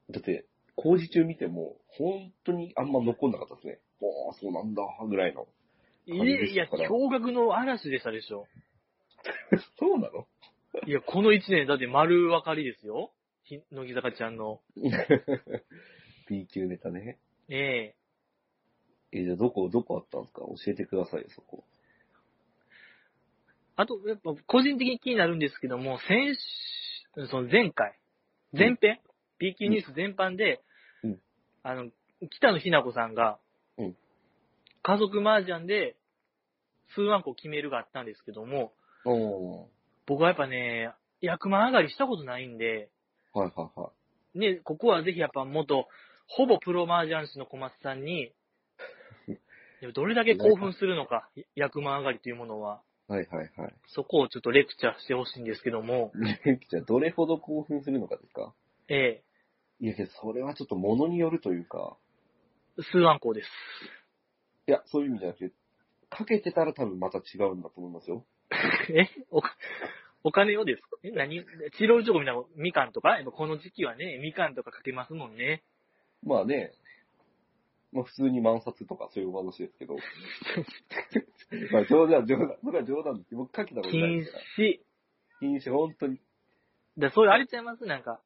だって、工事中見ても、本当にあんま残んなかったですね。おー、そうなんだ、ぐらいの。
い
感じで
や、いや、
したから
驚愕の嵐でしたでしょ。
そうなの
いや、この一年、だって丸分かりですよ。ひ乃木坂ちゃんの。
?B 級ネタね。
ええ
え、じゃあどこ、どこあったんですか教えてくださいよ、そこ。
あと、やっぱ、個人的に気になるんですけども、先週、その前回、前編、B 級ニュース全般で、
うん
あの、北野日な子さんが、
うん
家族麻雀で、数万個決めるがあったんですけども、
おー。
僕はやっぱね、役満上がりしたことないんで、
はいはいは
ね、ここはぜひやっぱ元、ほぼプロ麻雀師の小松さん に、でもどれだけ興奮するのか、役満上がりというものは、
い。はいはいはい。
そこをちょっとレクチャーしてほしいんですけども、
じゃあどれほど興奮するのかですか
え
いやけど、それはちょっと物によるというか、
え数万校です。
いや、そういう意味じゃなくて、かけてたら多分また違うんだと思いますよ。
えおかお金をですかえ何治療チョコみたいなことみかんとかやっぱこの時期はね、みかんとかかけますもんね。
まあね、まあ普通に満札とかそういうお話ですけど。まあ冗談、冗談。それは冗談ですよ。僕かけたことない
禁
ですから。
止。
禁止、本当に。
だそういうあれちゃいますなんか、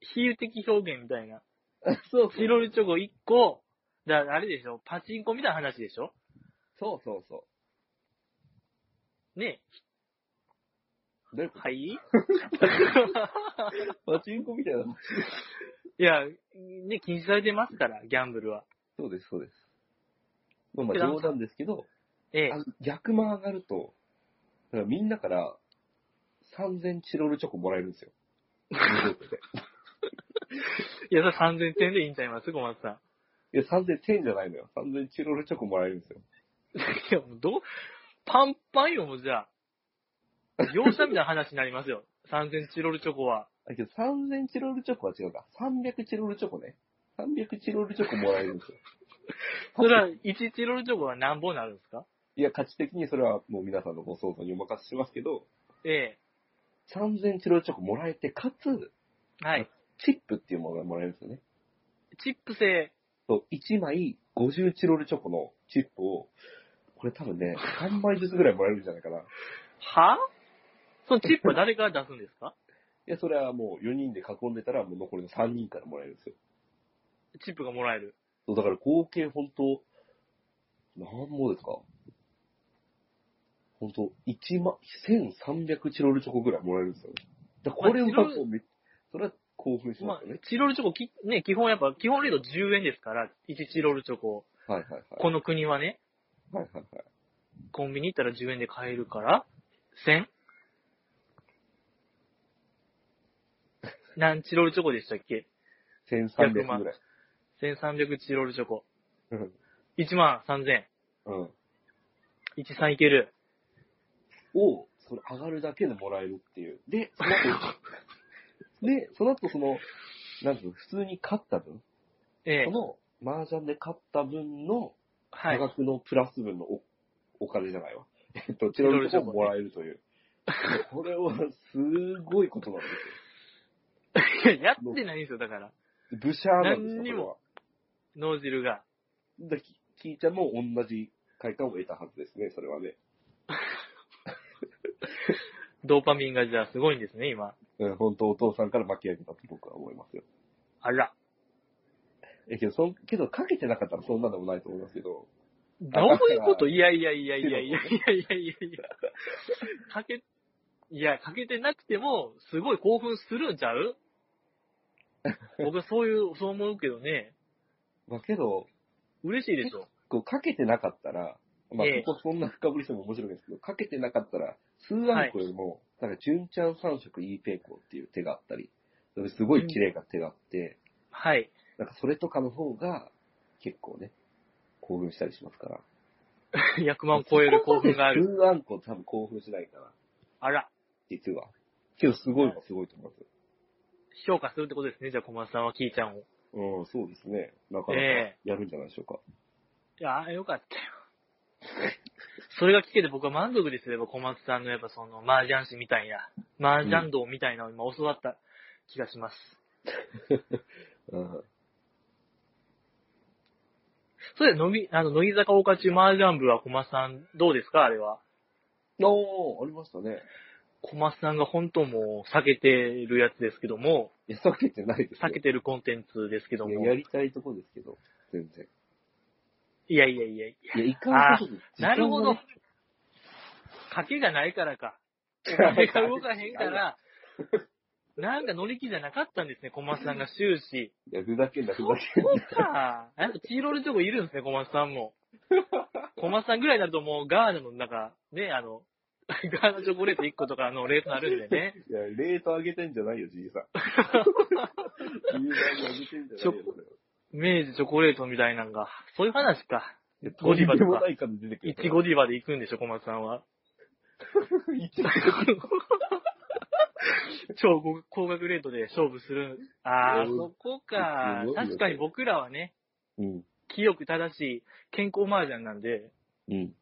比喩的表現みたいな。
そう
チロルチョコ1個、だあれでしょパチンコみたいな話でしょ
そうそうそ
ね
う。どういうこと
はいい
パチンコみたいな。
や、ね、禁止されてますから、ギャンブルは。
そうです、そうです。まあまあ冗談ですけど、
ええ
あ。の逆間上がると、だからみんなから3000チロルチョコもらえるんですよ。
いや、それ3000点でいいんちゃいます小松さん。
いや、3000点じゃないのよ。3000チロルチョコもらえるんですよ。
いや、もうどう、パンパンよ、もうじゃあ。業者みたいな話になりますよ。3000チロルチョコは。
だけど3000チロルチョコは違うか。300チロルチョコね。300チロルチョコもらえるんですよ。
そ れは、1チロルチョコは何本になるんですか
いや、価値的にそれはもう皆さんのご想像にお任せしますけど、
え
3000チロルチョコもらえて、かつ、
え。はい。
チップっていうものがもらえるんですよね。
チップ製。
そう、1枚50チロルチョコのチップを、これ多分ね、3枚ずつぐらいもらえるんじゃないかな。い
はそのチップは誰から出すんですか
や、それはもう4人で囲んでたら、もう残りの3人からもらえるんですよ。
チップがもらえる。
そう、だから合計本当、何もですか本当、1万、1300チロルチョコぐらいもらえるんですよね。だからこれを
まあチロ
こうめそれは興奮し
ま
ま
あ
すよね。、
チロルチョコき、ね、基本やっぱ、基本レート10円ですから、1チロルチョコ。
はいはいはい。
この国はね、
はいはいはい。
コンビニ行ったら10円で買えるから、1000? 何チロルチョコでしたっけ
1300ぐ
100万
らい。
1300チロルチョコ。
うん
1万3000。
うん。
13いける。
を、それ上がるだけでもらえるっていう。で、 その後、で、その後その、なんていうの、普通に勝った分、
ええ
そ。の麻雀で勝った分の、
は
多
い。
額のプラス分のおお金じゃないわ。えっと、チロルチョコをもらえるという。これはすごいことなんですよ。
やってないんですよ、だから。
ブシャーなんです
何
よ。
に
これは
も脳汁が。
だからき聞いちゃんも同じ快感を得たはずですね、それはね。
ドーパミンがじゃあすごいんですね、今。
うん、本当お父さんから巻き上げたと僕は思いますよ。
あら。
え、けど、そん、けど、かけてなかったらそんなでもないと思いますけど、
どういうこといやいやいやいやいやいやいやいやいや。かけ、いや、かけてなくても、すごい興奮するんちゃう僕はそういう、そう思うけどね。
まあけど、
嬉しいでしょ。
こう、かけてなかったら、まあ
ええ、
ここそんな深掘りしても面白いんですけど、かけてなかったら、数アンコよりも、なんか、純ちゃん三色 E ペイコーっていう手があったり、それすごい綺麗な手があって、
はい。
なんか、それとかの方が、結構ね、興奮したりしますから。
100万超える興奮が ある。
数アンコ多分興奮しないかな、
あら。
実は。けど、すごいのはすごいと思います。
評価するってことですね。じゃあ小松さんはキーちゃんを。
うん、そうですね。なかなか
え
やるんじゃないでしょうか。
いやー、よかったよ。それが聞けて僕は満足ですよ。やっぱ小松さんのやっぱその麻雀師みたいな、麻雀道みたいなのを今教わった気がします。
うん。
それで、乃木、あの、乃木坂岡中麻雀部は小松さんどうですかあれは。
おー、ありましたね。
小松さんが本当もう避けてるやつですけども、
いや、避けてないですよ
避けてるコンテンツですけども。
いややりたいとこですけど、全然。
いやいやいやい
いや、い
あ
かん
ー
せんこと
や。なるほど。賭けがないからか。お金が動かへんか。 ら、なんか乗り気じゃなかったんですね、小松さんが終始。
いや、ふざけんな、ふ
そ
ざ
う
けんな。
か。やっぱチーロールチョコいるんですね、小松さん も。小松さんぐらいになるともうガーナの中、ね、あの、 ガーナチョコレート1個とかのレートあるんでね。
いや、レート上げてんじゃないよ、じいさん。 じいさんに上げてんじゃないよ、それは
明治チョコレートみたいなんが、そういう話か。
いや
ゴディバと
とんでも
か
な、い数出てくる
い
から。
ちごディバで行くんでしょ、小松さん は。
いちご
超高高額レートで勝負する。ああ、
うん
そこか
すごい。よ
確かに僕らはね、
うん。
清く正しい健康麻雀なんで、
うん。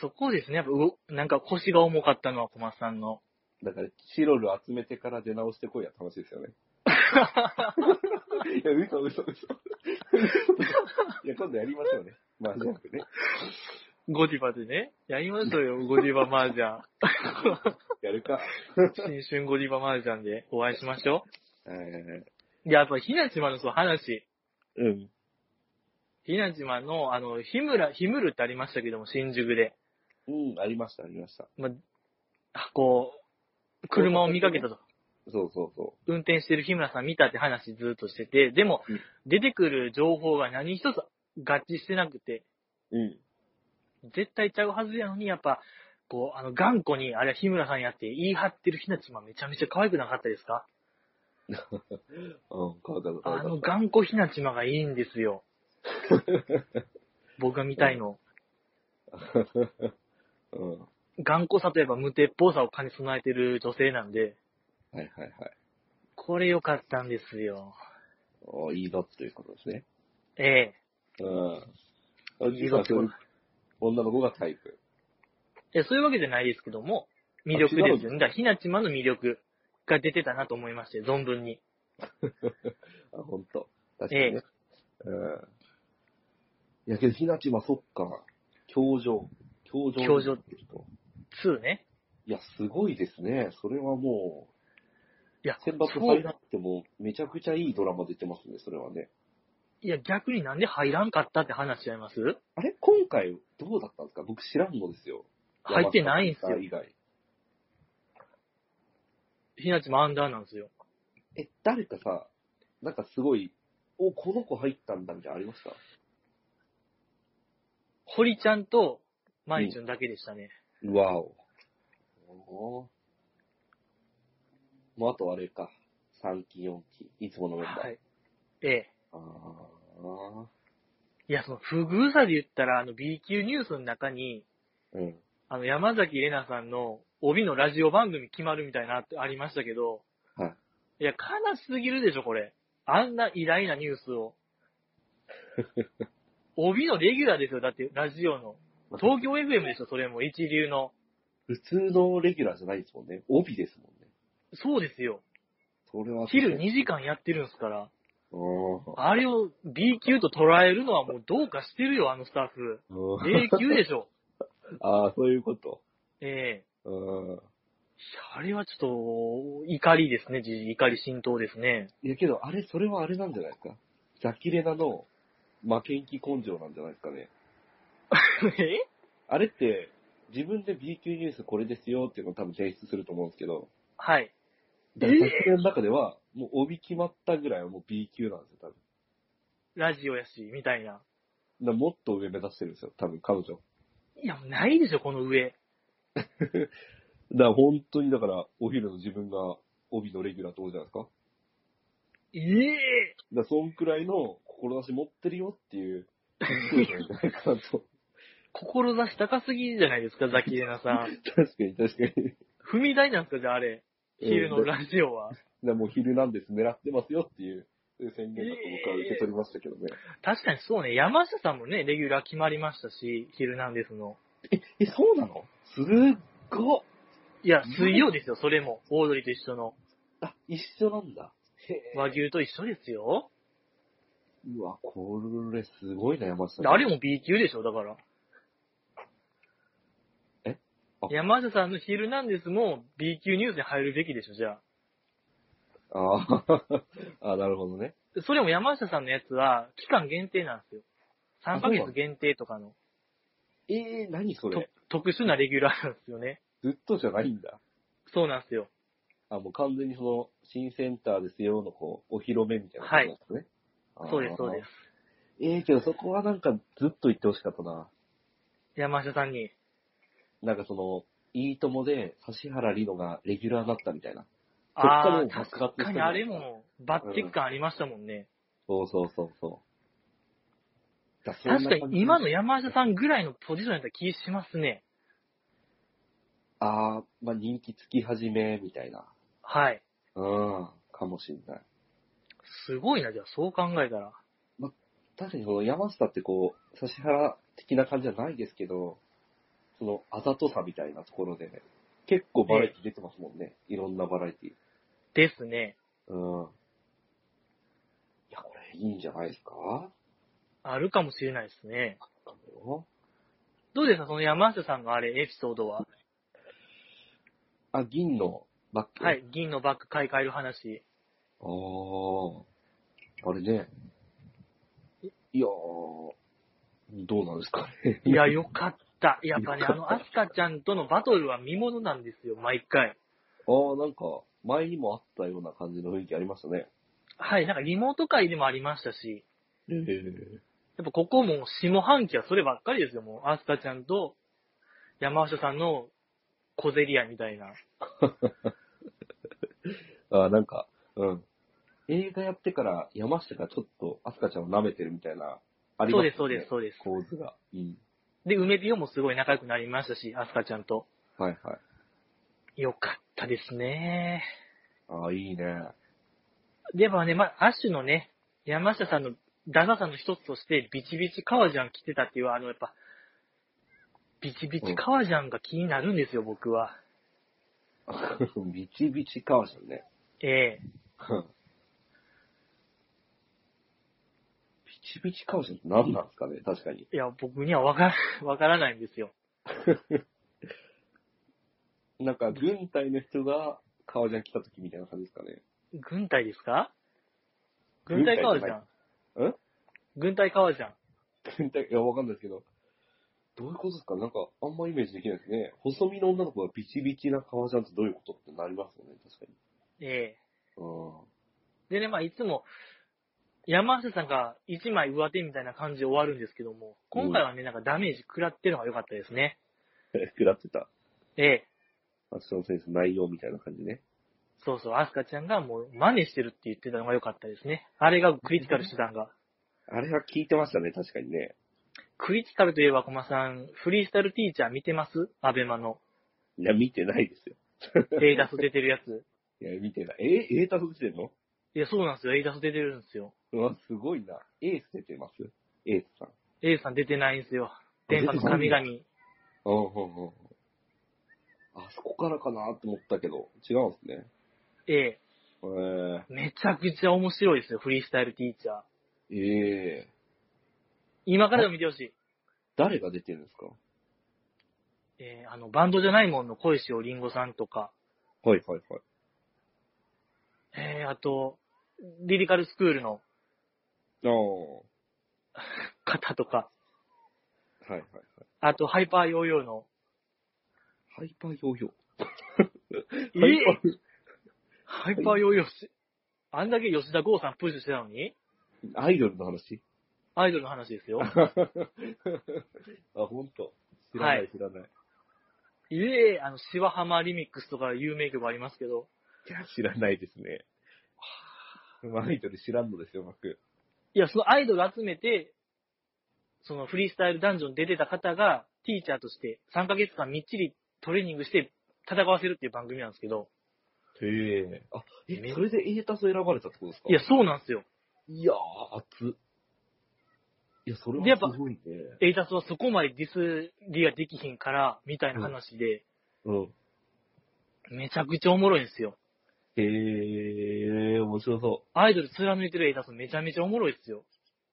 そこですね。やっぱうお、なんか腰が重かったのは小松さんの。
だから、チロル集めてから出直してこいや、楽しい ですよね。いや、嘘、嘘、嘘。いや、今度やりましょうね。まあ、じゃなくね。
ゴディバでね、やりましょうよ、ゴディバ麻 雀。
やるか。
新春ゴディバ麻雀でお会いしましょ
えー
う。いや、やっぱ、ひなちまのそう話。
うん。
ひなちまの、あの、ひむら、ひむるってありましたけども、新宿で。
うん、ありました、ありました。
まあ、こう、車を見かけたと。
そうそうそ
運転してる日村さん見たって話ずっとしてて、でも
うん、
出てくる情報が何一つ合致してなくて、
う。うん。
絶対ちゃうはずやのに、やっぱ、こう、あの、頑固に、あれは日村さんやって言い張ってるひなちまめちゃめちゃ可愛くなかったですか
うん、かわかった、か
あ
わか
の
った。
頑固ひなちまがいいんです よ。僕が見たいの。
うん。は
頑固さといえば無鉄砲さを兼ね備えてる女性なんで、
いはいはい。
これ良かったんですよ。
おいいなっていうことですね。
え
うん。
いいなってこと
女の子がタイプ。
ええそういうわけじゃないですけども、魅力
あ違う
ですよね。だからひなちまの魅力が出てたなと思いまして、存分に。
あ、ほんと。確かにね。うん。いやけど、ひなちま、そっか。教場。教場。
教場2ね。
いや、すごいですね。それはもう、
いや、
選抜
そ
入ら
う
なくても、めちゃくちゃいいドラマ出てますね、それはね。
いや、逆になんで入らんかったって話しちゃいます
あれ今回、どうだったんですか僕知らんのですよ。
入ってないんすよ
山下。以外。
ひなちまアンダーなんですよ。
え、誰かさ、なんかすごい、お、この子入ったんだみたいなのありました
堀ちゃんと、まいちゅんだけでしたね。
わお。おーもうあとあれか。3期、4期。いつものメンバー。
はい。ええ。
ああ。
いや、その、不遇さで言ったら、あの、B 級ニュースの中に、
うん。
あの、山崎怜奈さんの帯のラジオ番組決まるみたいなのあってありましたけど、。
は
い
い
や、悲しすぎるでしょ、これ。あんな偉大なニュース を。帯のレギュラーですよ、だって、ラジオの。東京 FM ですよ、それも、一流の。
普通のレギュラーじゃないですもんね。帯ですもんね。
そうですよ。
それは。
昼2時間やってるんですから。
うん。
あれを B 級と捉えるのはも うどうかしてるよ、あのスタッフ。
うん
A 級でしょ。
ああ、そういうこと。
ええ
うん。
あれはちょっと、怒りですね、じ怒り浸透ですね。
いやけど、あれ、それはあれなんじゃないですか。ザキレナの負けん気根性なんじゃないですかね。
え
あれって、自分で B 級ニュースこれですよっていうのを多分提出すると思うんですけど、
はい。
だからザキレナの中では、もう帯決まったぐらいはもう B 級なんですよ、多分。
ラジオやし、みたいな。
だからもっと上目指してるんですよ、多分彼女。
いや、もうないでしょ、この上。
だから本当にだから、お昼の自分が帯のレギュラーってことじゃないですか。
ええ
だからそんくらいの志持ってるよっていう、そうじゃないかなと。
志高すぎじゃないですか、ザキレナさ ん。
確かに確かに。
踏み台なんですか、じゃああれ。昼のラジオは。
だからもう昼なんです狙ってますよっていう、そういう宣言だと僕は受け取りましたけどね。
確かにそうね、山下さんもね、レギュラー決まりましたし、昼なんですの。
え、え、そうなのすっごっ
いや、水曜ですよ、それも。オードリーと一緒の。
あ、一緒なんだ。へえ
和牛と一緒ですよ。
うわ、これすごいな、山下さん。
あれも B 級でしょ、だから。
えあ
山下さんのヒルナンデスも B 級ニュースに入るべきでしょ、じゃあ。
あー あ、なるほどね。
それも山下さんのやつは、期間限定なんですよ。3ヶ月限定とかの、
えー、何そ
と
れ
特殊なレギュラーなんですよね。
ずっとじゃないんだ。
そうなんですよ。
あ、もう完全にその、新センターですよの、こう、お披露目みたいな
はい
感じなんですね。あー
そうです、そうです。。
ええけどそこはなんかずっと言ってほしかったな。
山下さんに。
なんかその、いいともで、指原莉乃がレギュラーだったみたいな。そっから
あ
も
あー、
う爆
確
発し
か
て
に
る
あれも、抜擢感ありましたもんね。
そうそうそうそう。だ
確かに今。
そんな感
の山下さんぐらいのポジションやった気しますね。
じああ、まあ人気つき始め、みたいな。
はい。
うん、かもしんない。
すごいな、じゃあ、そう考えたら。
確かにその山下ってこう、指原的な感じじゃないですけど、そのあざとさみたいなところで、ね、結構バラエティ出てますもんね。いろんなバラエティ。
ですね。
うん。いや、これいいんじゃないですか
あるかもしれないですね。
かもよ
どうですかその山下さんのあれ、エピソードは。
あ、銀のバッグ。
は。い。銀のバッグ買い替える話。
あーあれね。いやー、どうなんですかね。
いや、よかった。やっぱね、
よ
あ
かった
の、アスカちゃんとのバトルは見ものなんですよ、毎回。
あーなんか、前にもあったような感じの雰囲気ありましたね。
はい。なんかリモート会でもありましたし、
へえ。
やっぱここも下半期はそればっかりですよ、もう。アスカちゃんと山下さんの小競り合いみたいな。
あーなんか、うん。映画やってから山下がちょっとアスカちゃんを舐めてるみたいな、あり
そ
ま
う
すよ
です、そうです、そうです。
構図が。うん。
で、梅ピオもすごい仲良くなりましたし、アスカちゃんと。
はいはい。
よかったですね。
ああ、いいね。
でもね、まあ、アッシュのね、山下さんの、ダサさの一つとして、ビチビチ革ジャン着てたっていう、あの、やっぱ、ビチビチ革ジャンが気になるんですよ、僕は。
ビチビチかわしね。
ええ
うんビチビチかわしって何なんですかね、確かに。
いや、僕にはわから、わからないんですよ。
なんか、軍隊の人が革ジャン着た時みたいな感じですかね。
軍隊ですか軍隊革ジャン。
え
軍隊革ジャン。
軍 隊、いや、わかんないですけど。どういうことですかなんか、あんまイメージできないですね。細身の女の子がビチビチな革ジャンってどういうことってなりますよね、確かに。
ええ
う
でね、まあ、いつも、山下さんが一枚上手みたいな感じで終わるんですけども、今回はね、なんかダメージ食らってるのが良かったですね。
ん。 食らってた。
ええ
ファッションセンス内容みたいな感じね。
そうそう、アスカちゃんがもう真似してるって言ってたのが良かったですね。あれがクリティカル手段が。
あれは聞いてましたね、確かにね。
クリティカルといえば、コマさん、フリースタイルティーチャー見てますアベマの。
いや、見てないですよ。
データス出てるやつ。
いや、見てない。え、エータス出てんの
いや、そうなんですよ。エイダス出てるんですよ。
うわ、すごいな。エース出てますエースさん。
エイさん出てないんですよ。電波の神々。
ああ、ほうほうほうあそこからかなと思ったけど、違うんですね。
え
えー、
え。めちゃくちゃ面白いですよ。フリースタイルティーチャー。
ええ
今からでも見てほしい。
誰が出てるんですか
えー、あの、バンドじゃないもんの小石をりんごさんとか、
はいはいはい。
えー、あと、リリカルスクールの
ああ、
方とか、
はいはいはい。
あと、ハイパーヨーヨーの、
ハイパーヨーヨー。
え ハ
ハイパー
イパーヨーヨーし、あんだけ吉田剛さんプッシュしてたのに、
アイドルの 話
アイドルの話ですよ。
あ、ほんと。知らない、
はい
知らない。
いえ、あの、シワハマリミックスとか有名曲ありますけど、
いや、知らないですね。アイドル知らんのですよ、僕。
いや、そのアイドル集めて、そのフリースタイルダンジョンに出てた方が、ティーチャーとして3ヶ月間みっちりトレーニングして戦わせるっていう番組なんですけど、
へえ。あ、
め
え、それでエータス選ばれたってことですか
いや、、そうなんですよ。
いやー、熱っ。いや、それ
でやっぱ
はすごいね。
エイタスはそこまでディスりができひんから、みたいな話で、
うん。
めちゃくちゃおもろいんですよ。
へえ、面白そ
アイドル貫いてるエイタスめちゃめちゃおもろいですよ。
う。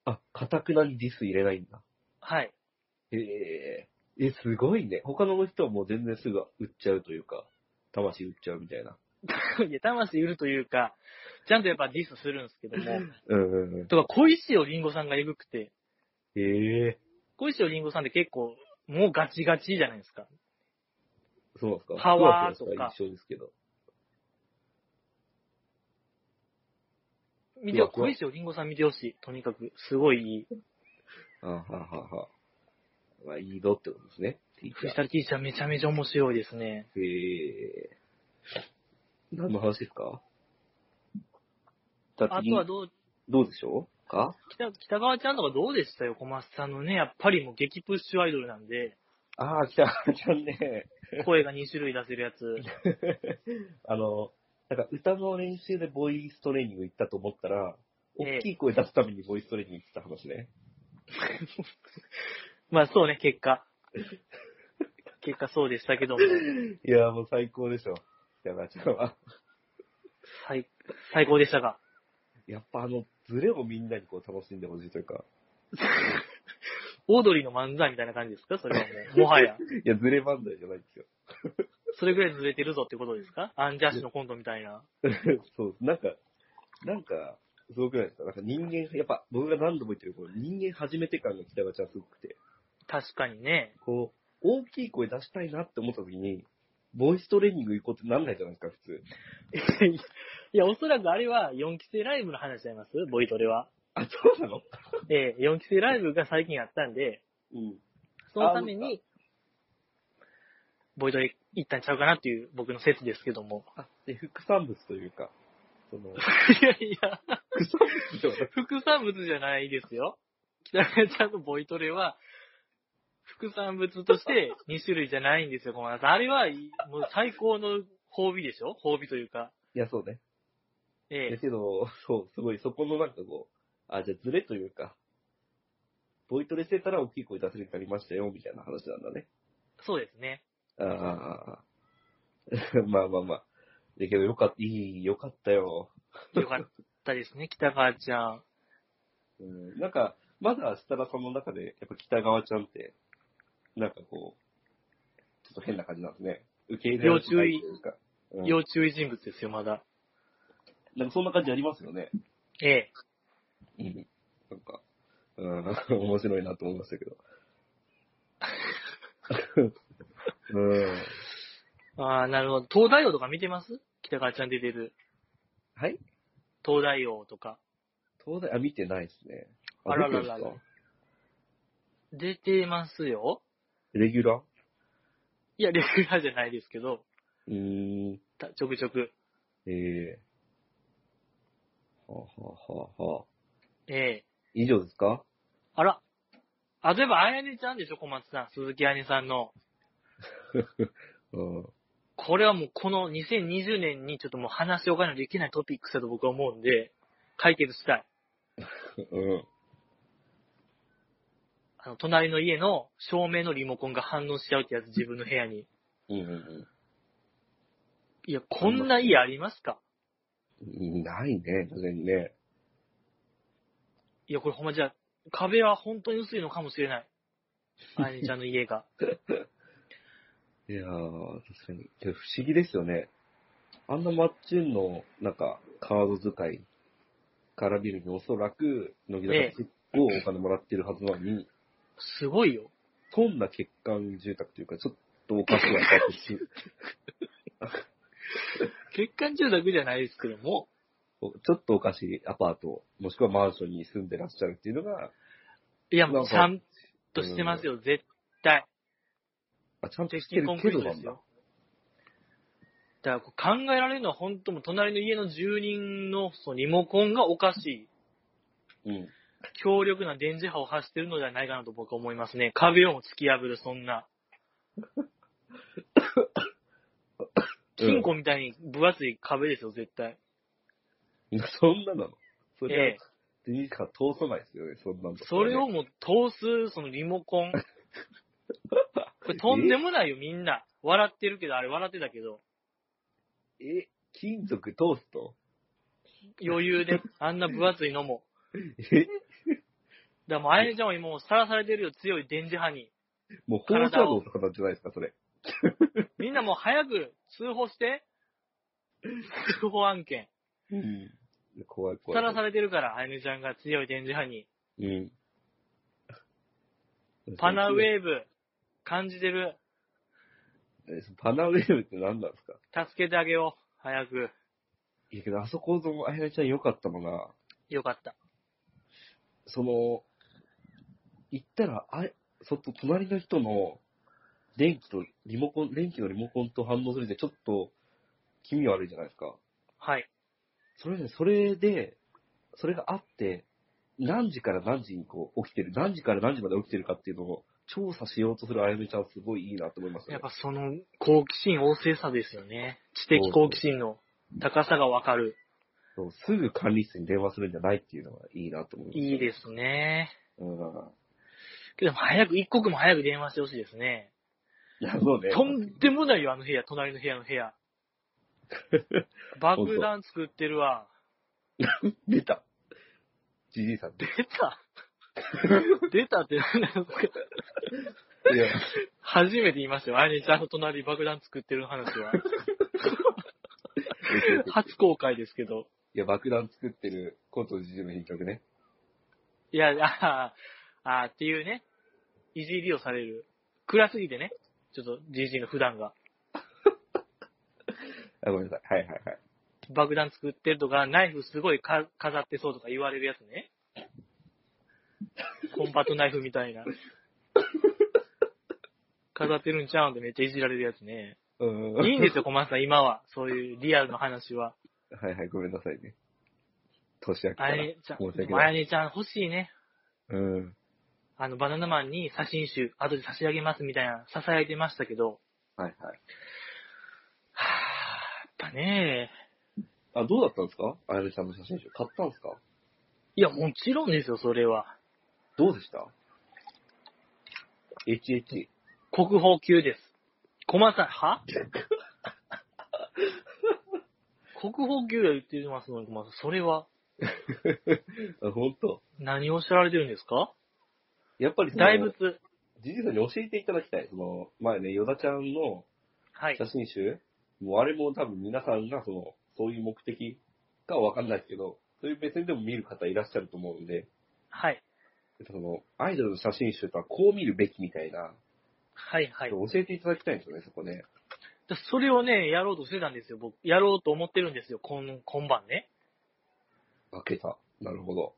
あ、かたくなにディス入れないんだ。
はい。
へえ。え、すごいね。他の人はもう全然すぐ売っちゃうというか、魂売っちゃうみたいな。
いや、魂売るというか、ちゃんとやっぱディスするんですけども、
うんうんうん。
とか、小石をりんごさんがエグくて、
へえ。
小石をりんごさんって結構、もうガチガチじゃないですか。
そうなんですか
パワーとか
ふわふわした印象ですけど。
見てよ、
うわ怖
小
い
石をりんごさん見てほしい。とにかく、すごいいい。
あははは。まあ、いいぞってことですね。ティー
フ
チ
リ
ャ
ースタイルティーチャーめちゃめちゃ面白いですね。
ー。へえ。何の話ですか
あとはどう、
どうでしょうか
北北川ちゃんとかどうでしたよ、小松さんのね。やっぱりもう激プッシュアイドルなん で、
ああ、北川ちゃんね。
声が2種類出せるやつ。
あの、なんか歌の練習でボイストレーニング行ったと思ったら、
ええ
大きい声出すためにボイストレーニング行ってた話ね。
まあそうね、結果。結果そうでしたけども、
いやーもう最高でしょ。北川ちゃんは。
最最高でしたが。
やっぱあの、ズレをみんなにこう楽しんでほしいというか。
オードリーの漫才みたいな感じですかそれはも う。もはや。
いや、ズレ漫才じゃないんですよ。
それぐらいずれてるぞってことですかアンジャッシュのコントみたいな。
そう、なんか、なんか、すごくないですかなんか人間、やっぱ僕が何度も言ってる、この人間初めて感が北川ちゃんすごくて、
確かにね。
こう、大きい声出したいなって思った時に、ボイストレーニング行こうってなんない じゃないですか、普通。
いや、おそらくあれは4期生ライブの話ちゃいますボイトレは。
あ、そうなの
ええ4期生ライブが最近あったんで、
うん。
そのために、ボイトレ行ったんちゃうかなっていう僕の説ですけども。
あ、で、副産物というか、そ の、
いやいや。
副産物ではなく
副産物じゃないですよ。北川ちゃんのボイトレは、副産物として2種類じゃないんですよ、小松さん。あれは、もう最高の褒美でしょ褒美というか。
いや、そうね。
え
だ
え。
けど、そう、すごい、そこのなんかこう、あ、じゃあズレというか、ボイトレしてたら大きい声出せるようになりましたよ、みたいな話なんだね。
そうですね。
ああ、 まあまあまあ。だけどよかった、いい、よかったよ。
よかったですね、北川ちゃん。
うん、なんか、まだ設楽さんの中で、やっぱ北川ちゃんって、なんかこう、ちょっと変な感じなんですね。受け入れられてないというか。うん
要注意人物ですよ、まだ。
なんかそんな感じありますよね。
ええ。
うん。なんか、うん、面白いなと思いました けど。うん。
ああ、なるほど。東大王とか見てます北川ちゃん出てる。
はい
東大王とか。
東大、あ、見てないですね。
あらららら
見てるんですか
出てますよ。
レギュラー
いや、レギュラーじゃないですけど、
うーん。
たちょくちょく。
ええはあはあはあはあ。
ええ。
以上ですか
あら。あ、例えば、あやねちゃんでしょ、小松さん。鈴木あやねさんの。
うん。
これはもうこの2020年にちょっともう話しおかないといけないトピックスだと僕は思うんで、解決したい。
うん。
あの、隣の家の照明のリモコンが反応しちゃうってやつ、自分の部屋に。
うんうん
いや、こんな家ありますか
うん。ないね、確かにね。
いや、これほんまじゃあ、壁は本当に薄いのかもしれない。あやねちゃんの家が。
いやー、確かに。でも不思議ですよね。あんなマッチュンの、なんか、カード使いから見るにおそらく、乃木
え
坂結構お金もらってるはずなのに、
すごいよ。
そんな欠陥住宅というか、ちょっとおかし な感じ。
欠陥住宅じゃないですけども、
ちょっとおかしいアパート、もしくはマンションに住んでらっしゃるっていうのが、
いや、もう
なんか
ちゃんとしてますよ、絶対。
あちゃんと
鉄
してる
筋コンク
け
リー
ど
ト
な
で
ん
す
だ。
よ。だからこう考えられるのは本当もう隣の家の住人のそのリモコンがおかしい。
うん。
強力な電磁波を発してるのではないかなと僕は思いますね。壁をも突き破る、そん な。金庫みたいに分厚い壁ですよ、絶対。
そんななのそ
え
れは、デニーカ通さないですよね、そんなの、
それを、もう通す、そのリモコン。これとんでもないよ、みんな。笑ってるけど、あれ笑ってたけど。
え、金属通すと
余裕で、あんな分厚いのも。
え
だからもう、あやねちゃんは今もうさらされてるよ、強い電磁波に。
もう放射能とかなんじゃないですか、それ。
みんなもう早く通報して。通報案件。
うん。怖い怖
さ
い。
らされてるから、あやねちゃんが強い電磁波に。
うん。
パナウェーブ、感じてる。
えパナウェーブって何なんですか
助けてあげよう。早く。
いやけど、あそこのあやねちゃん良かったのが、
よかった。
その、行ったら、あれ、そっと隣の人の電気とリモコン、電気のリモコンと反応するってちょっと気味悪いじゃないですか。
はい。
それね、それで、それがあって、何時から何時にこう起きてる、何時から何時まで起きてるかっていうのを調査しようとするあやめちゃんすごいいいなと思いますね。
やっぱその好奇心旺盛さですよね。知的好奇心の高さがわかる。
そうすぐ管理室に電話するんじゃないっていうのがいいなと思います。
いい
す。
ですね。
うん。
けども早く、一刻も早く電話してほしいですね。
いや、そうね。
とんでもないよ、あの部屋、隣の部屋の部屋。爆弾作ってるわ。
出た。じじいさん出
出た出たって何なんですか
た。いや、
初めて言いましたよ。あやねちゃんの隣爆弾作ってる話は。初公開ですけど。
いや、爆弾作ってることじじいの品格ね。
いや、あーあー、っていうね、いじりをされる。暗すぎてね、ちょっと GG の普段が。
あ、ごめんなさい。はいはいはい。
爆弾作ってるとか、ナイフすごいか飾ってそうとか言われるやつね。コンパクトナイフみたい な。飾ってるんちゃうんでめっちゃいじられるやつ ね。
うん。
いいんですよ、小松さん、今は。そういうリアルの話は。
はいはい、ごめんなさいね。年明けか
あ
ら。
やねちゃん、
申し
で
訳
もあ
な
や
い。
ねちゃん欲しいね。
うん。
あの、バナナマンに写真集、後で差し上げますみたいな、囁いてましたけど。
はいはい。
はぁ、やっぱね
あ、どうだったんですかあやねちゃんの写真集。買ったんですか
いや、もちろんですよ、それは。
どうでした ?HH。
国宝級です。小松さん、は国宝級や言ってますのに、小松さん、それは
あ、ほんと。
何をおっしゃられてるんですか
やっぱりその
大仏。。
じじいさんに教えていただきたい。その、前ね、ヨダちゃんの
はい
写。真集、もうあれも多分皆さんがその、そういう目的かはわかんないですけど、そういう目線でも見る方いらっしゃると思うんで、
はい。
その、アイドルの写真集とはこう見るべきみたいな、
はい、はい。
教えていただきたいんですよね、そこね。
だそれをね、やろうとしてたんですよ、僕。やろうと思ってるんですよ、今、今晩ね。
あ、今朝。なるほど。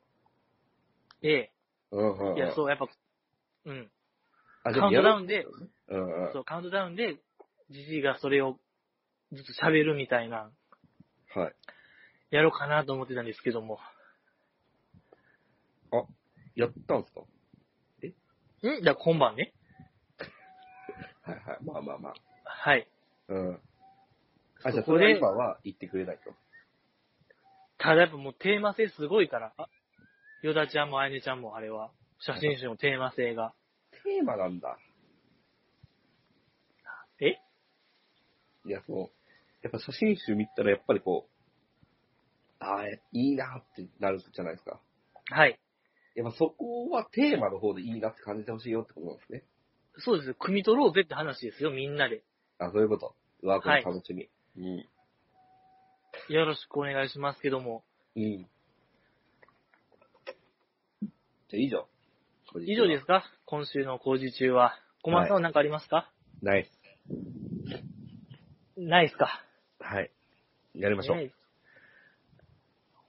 え
うんうんう
え。
ん。
いや、そう、やっぱ、うん。
あ、で
カウ
も
ント
や
ダ
ろ
ウンで、
う。うんうん。
そう、カウントダウンで、じじいがそれを、ずっと喋るみたいな、
はい。
やろうかなと思ってたんですけども。
やったんすか
んだから今晩ね。
はいはい。まあまあまあ。
はい。
うん。あ、じ
そ
ゃあ
こ
そ
で
れは今は言ってくれないと。
ただやっぱもうテーマ性すごいから、あ、ヨダちゃんもあやねちゃんもあれは、写真集のテーマ性が。
テーマなんだ。
え
いや、その、やっぱ写真集見たらやっぱりこう、ああ、いいなってなるじゃないですか。
はい。
やっぱそこはテーマの方でいいなって感じてほしいよってことなんですね。
そうです。汲み取ろうぜって話ですよ、みんなで。
あ、そういうこと。うわ、こ
は
れ
い
楽しみ。うん。
よろしくお願いしますけども。
うん。じゃあ以上。。
以上ですすか今週の工事中は。小松さんは何かありますか、
ナイス。
ないっすか
はい。やりましょう。
ね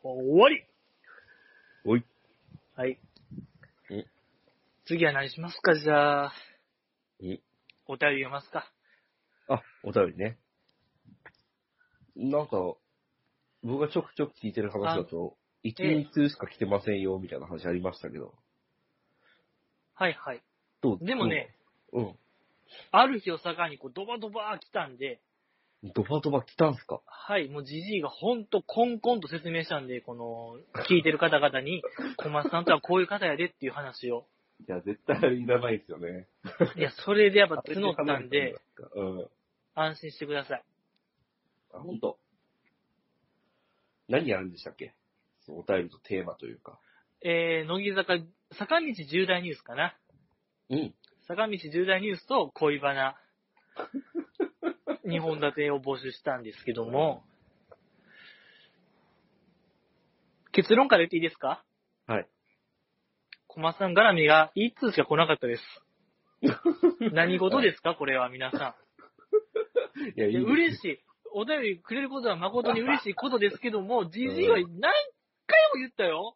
終わり
おい。
はい
え。
次は何しますかじゃあ、
え
お便り読ますか
あ、お便りね。なんか、僕がちょくちょく聞いてる話だと、一
ええ
日通しか来てませんよ、みたいな話ありましたけど。
はいはい。
どう
でもね、、
うん。
ある日を境にこうドバドバー来たんで、
うんドバドバ来たんすか
はい、もうじじいがほんとコンコンと説明したんで、この、聞いてる方々に、小松さんとはこういう方やでっていう話を。
いや、絶対いらないですよね。
いや、それでやっぱ
あ
募ったんで、。
うん。
安心してください。
あ、ほんと。何やるんでしたっけそのお便りとテーマというか。
えー、乃木坂、坂道重大ニュースかな
うん。
坂道重大ニュースと恋バ ナ、2本立てを募集したんですけども、結論から言っていいですか
はい。
小松さん絡みが一通しか来なかったです。何事ですかこれは皆さ
いや、
ん。
い
いや
い。
嬉しい。お便りくれることは誠に嬉しいことですけども、じじいは何回も言ったよ。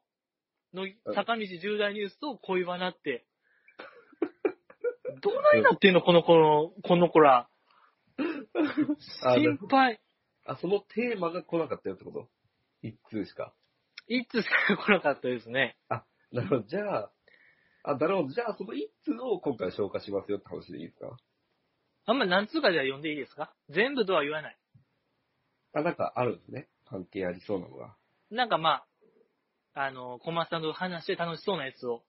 の坂道重大ニュースと恋バナって。 どないなってんのこの頃、この子ら。
あ
心配。
あ、そのテーマが来なかったよってこと一通しか。
一通しか来なかったですね。
なるほど、じゃあ、あ、なるほど、じゃあその一通を今回消化しますよって話でいいですか
あんま何通かじゃあ呼んでいいですか全部とは言わない。
あ、なんかあるんですね。関係ありそうなのが。
なんかまあ、あの、小松さんと話して楽しそうなやつを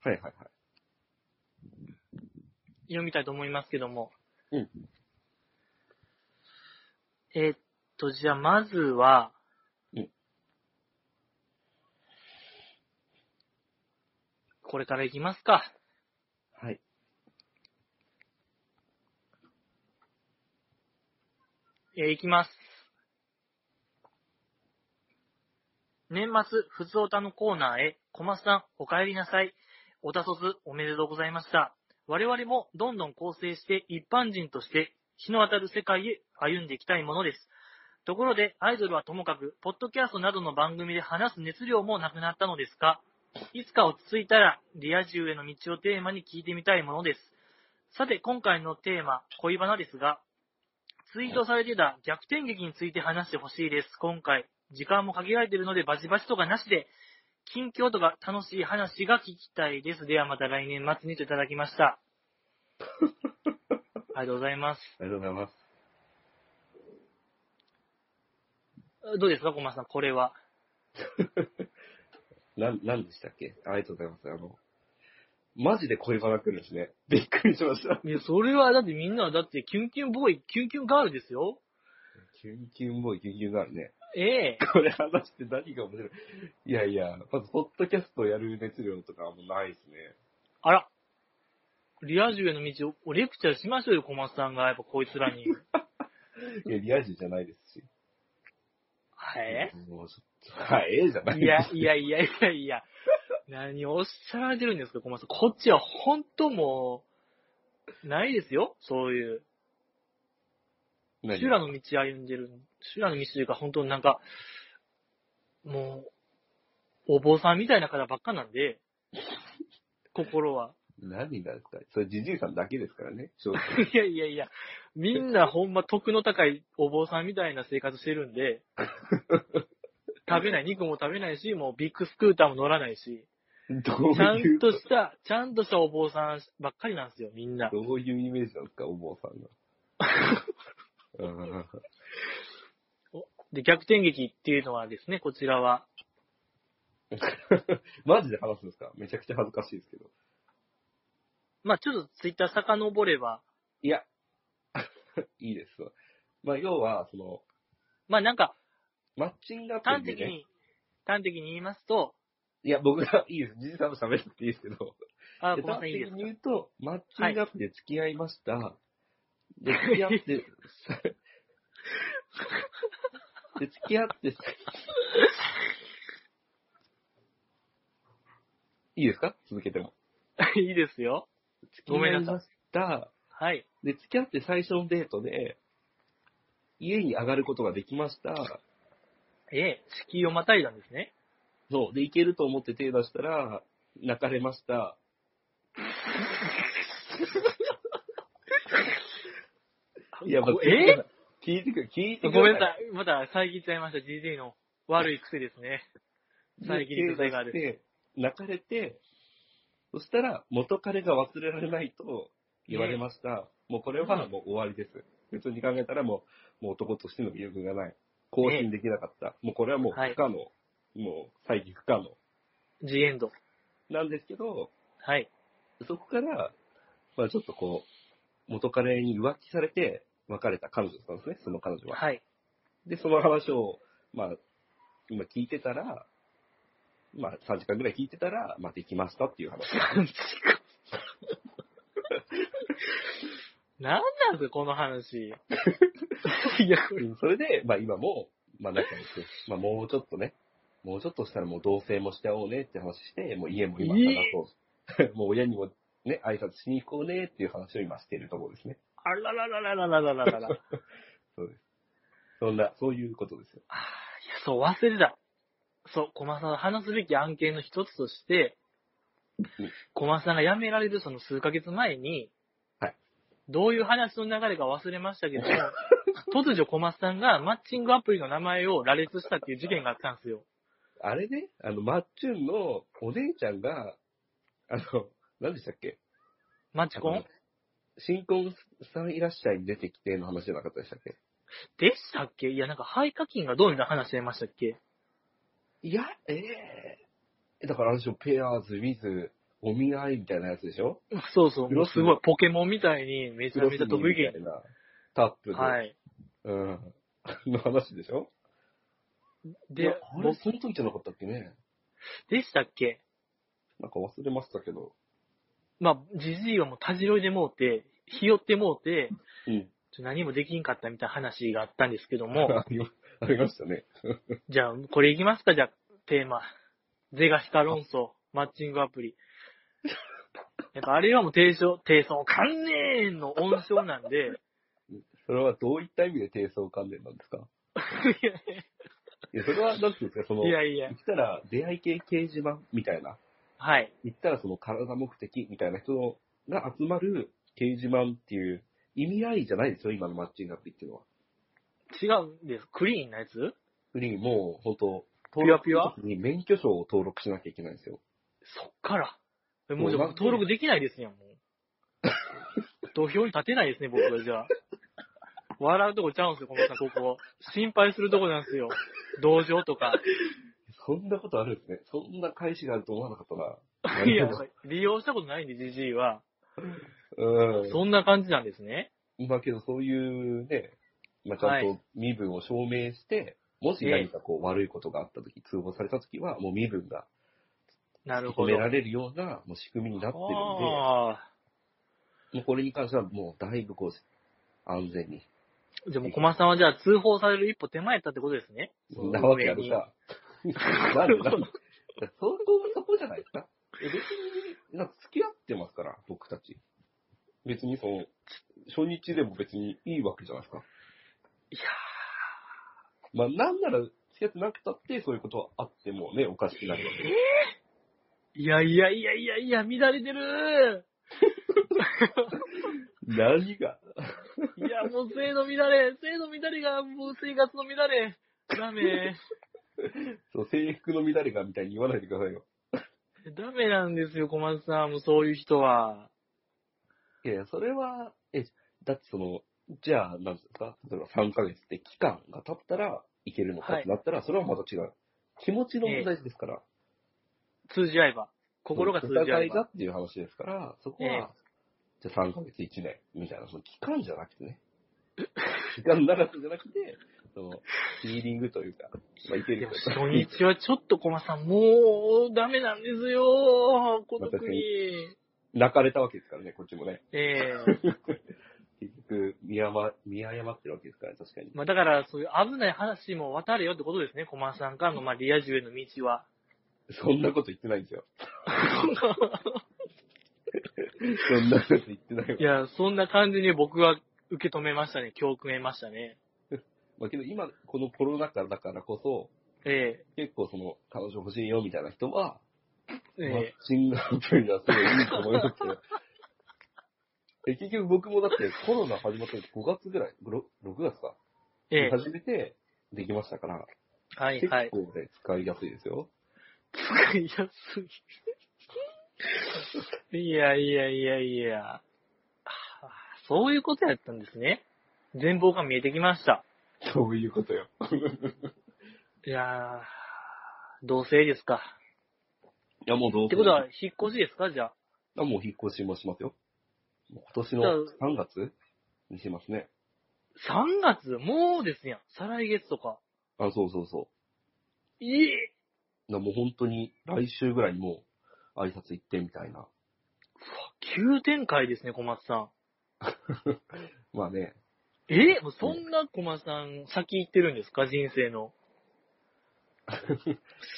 はいはいはい。
読みたいと思いますけども。
うん。
えーっと、じゃあ、まずは、
うん
これからいきますか。
はい。
えーいきます。年末、ふつおたのコーナーへ、小松さん、お帰りなさい。おたそつ、おめでとうございました。我々もどんどん構成して、一般人として、日の当たる世界へ歩んでいきたいものです。ところで、アイドルはともかく、ポッドキャストなどの番組で話す熱量もなくなったのですが、いつか落ち着いたら、リア充への道をテーマに聞いてみたいものです。さて、今回のテーマ、恋バナですが、ツイートされてた逆転劇について話してほしいです。今回、時間も限られているので、バチバチとかなしで、近況とか楽しい話が聞きたいです。ではまた来年末にといただきま した。ありがとうございます。
ありがとうございます。
どうですか、小松さん、これは。
なん、なんでしたっけありがとうございます。あの、マジで恋バナ来るんですね。 びっくりしました。
いや、それはだってみんなはだってキュンキュンボーイ、キュンキュンガールですよ。
キュンキュンボーイ、キュンキュンがあるね。
ええ
これ話して何が面白い。いやいや、まず、ポッドキャストをやる熱量とかもうないですね。
あら。リア充への道をレクチャーしましょうよ、小松さんが。やっぱこいつ らに。
いや、リア充じゃないですし。
はい
もうちょっと、はい、ええじゃ ない
いや、いやいやいやいや。何をおっしゃられてるんですか、小松さん。こっちは本当もう、ないですよ、そういう。
何
修羅の道歩んでる。修羅の道というか、本当になんか、もう、お坊さんみたいな方ばっかなんで、心は。
何なんですかそれ、じじいさんだけですからね、正直。
いやいやいや、みんなほんま徳の高いお坊さんみたいな生活してるんで、食べない、肉も食べないし、もうビッグスクーターも乗らないし、
どう
ちゃ
い
ん
う、
とした、ちゃんとしたお坊さんばっかりなんですよ、みんな。
どういうイメージなんですか、お坊さんが。うん
で、逆転劇っていうのはですね、こちらは、
マジで話すんですかめちゃくちゃ恥ずかしいですけど。
まあちょっとツイッター遡れば、
いや、 いいですわ。まあ、要は、その、
まあなんか、
マッチングアプ
端
リ
的
で、ね、
に、端的に言いますと、
いや、僕が、いいです。じじさんと喋らなくていいですけど、
あ、
で
ごめんな
端
さい、いい
的
ですか
に言うと、マッチングアプリで付き合いました。で、付 き合って、で、付き合って、いいですか続けても。
いいですよ。
付き
ごめん
合
ないさい
ました。
はい。
で、付き合って最初のデートで、家に上がることができました。
ええ、敷居をまたいだんですね。
そう。で、行けると思って手出したら、泣かれました。いや、まあ
ごえ
聞いてくれ、聞いてくれ。
ごめんなさい。また遮っちゃいました。GD の悪い癖ですね。最近の
手
手
出
がある
して、泣かれて、そしたら、元彼が忘れられないと言われました。もうこれはもう終わりです。別に考えたらもう、もう男としての魅力がない。更新できなかった。もうこれはもう不可能。もう、再起不可能。
ジエンド。
なんですけど、
はい。
そこから、まあちょっとこう、元彼に浮気されて別れた彼女だったんですね、その彼女は。
はい。
で、その話を、まあ、今聞いてたら、まあ3時間ぐらい聞いてたら、まあできましたっていう話。
なんなんすか、この話。いや、これ
うんそれで、まあ今も、まあ仲良く、まあもうちょっとね、もうちょっとしたらもう同棲もしちゃおうねって話して、もう家も今探そう。 もう親にもね、挨拶しに行こうねっていう話を今しているところですね。
あらららららららららら。いや、
そうです。そんな、そういうことですよ。
そう、忘れた。そう、駒さんが話すべき案件の一つとして
うん、
駒さんが辞められるその数ヶ月前に、
はい
どういう話の流れか忘れま したけども、突如駒さんがマッチングアプリの名前を羅列したっていう事件があったんですよ。
あれね、あの、マッチュンのお姉ちゃんが、あの、何でしたっけ
マッチコン
新婚さんいらっしゃいに出てきての話じゃなかったでしたっけ
でしたっけいや、なんか肺課金がどうみたいな話してましたっけ
いや、ええだからあれでしょ、ペアーズ、ウィズ、お見合いみたいなやつでしょ
そうそう、
ク
も
ロ
う
ス
すごいポケモンみたいにめちゃめちゃ飛ぶ
みた
ゲ
いな。タップで。
はい。
うん。の話でしょいや
で、
あれ、その時じゃなかったっけね
でしたっけ
なんか忘れましたけど。
まあ、じじいはもうたじろいでもうて、ひよってもうて、
うん。
ちょ何もできんかったみたいな話があったんですけど も、
ありまありましたね。
じゃあ、これいきますかじゃあ、テーマ。ゼガヒカ論争、マッチングアプリ。やっぱあれはもう低唱、低層観念の温床なんで、
それはどういった意味で低層関連なんですかいや、それは、なんていうんですか、その、
いやいや
言、ったら、出会い系掲示板みたいな、
はい。
言ったらその体目的みたいな人が集まる掲示板っていう意味合いじゃないですよ、今のマッチングアプリっていうのは。
違うんです。クリーンなやつ
フリーもう、本当
ピュアピュア
登録する時に免許証を登録しなきゃいけないんですよ。
そっから。えもうじゃあ
もう
僕登録できないです やん、もう。土俵に立てないですね、僕は、じゃあ。笑うとこちゃうんすよ、このさん、ここ。心配するとこなんですよ。同情とか。
そんなことあるんですね。そんな返しがあると思わなかったな。
いや、利用したことないんで、ジジイは。
うん。
そんな感じなんですね。
まあけど、そういうね、まあ、ちゃん
は
と身分を証明して、もし何かこう悪いことがあったとき、通報されたときは、もう身分が
なる
認
ほ
め
ど。
られるようなもう仕組みになってるんで、も
あ
うこれに関してはもうだいぶこう、安全に。
あ。じゃあもう、駒さんはじゃあ通報される一歩手前やったってことですね。
そんなわけあるか。なるほど。そこ、そこじゃないですか。え別に、なんか付き合ってますから、僕たち。別にその、初日でも別にいいわけじゃないですか。
いや
まあ、なんなら付き合ってなくたって、そういうことはあってもね、おかしくないわけで。
ーいやいやいやいやいや、乱れてる
何が
いや、もう制度乱れ、制度乱れが、もう生活の乱れ。ダメ。
そう、制服の乱れがみたいに言わないでくださいよ。
ダメなんですよ、小松さん。もうそういう人は。
いやいや、それは、え、だってその、じゃあ、なんですか例えば3ヶ月って期間が経ったらいけるのか
は
っ
い
てなったら、それはまた違う。気持ちの問題ですから。
通じ合えば。心が通
お
じ合
互
え
いが
ば。
っていう話ですから、そこ
ええ
は、じゃあ3ヶ月1年みたいな、その期間じゃなくてね。 期間長くじゃなくて、その、ヒーリングというか、まあ、いけ
で
る
も
人
初日はちょっと駒さん、もうダメなんですよ、孤独に。
泣かれたわけですからね、こっちもね。
ええ
結局、見誤、見誤ってるわけですから、確かに。
まあだから、そういう危ない話も渡れよってことですね、駒さんからの、まあリア充への道は。
そんなこと言ってないん ですよ。そんなこと言ってないわ
い。や、そんな感じに僕は受け止めましたね、教訓得ましたね。
まあ、けど今、このコロナ禍だからこそ、
え
結構その、彼女欲しいよみたいな人は、
え
マッ
え
チングアプリがすごいいいと思いますけど。 え結局僕もだってコロナ始まったの5月ぐらい、6, 月か、
えええ
初めてできましたから、
はい
結
はい。
構ね、使いやすいですよ。
使いやすい。いやいやいやいや。はあそういうことやったんですね。全貌が見えてきました。
そういうことよ。い
いやー、同性ですか。
やもうどうせ
ってことは、引っ越しですかじゃあ。
あもう引っ越しもしますよ。もう今年
じゃ
の3月にしますね。
3月もうですやん。再来月とか。
あ、そうそうそ
いい。
う。だからもう本当に来週ぐらいにもう挨拶行ってみたいな。
急展開ですね、小松さん。
まあね、
えもうそんな小松さん、先行ってるんですか人生 の。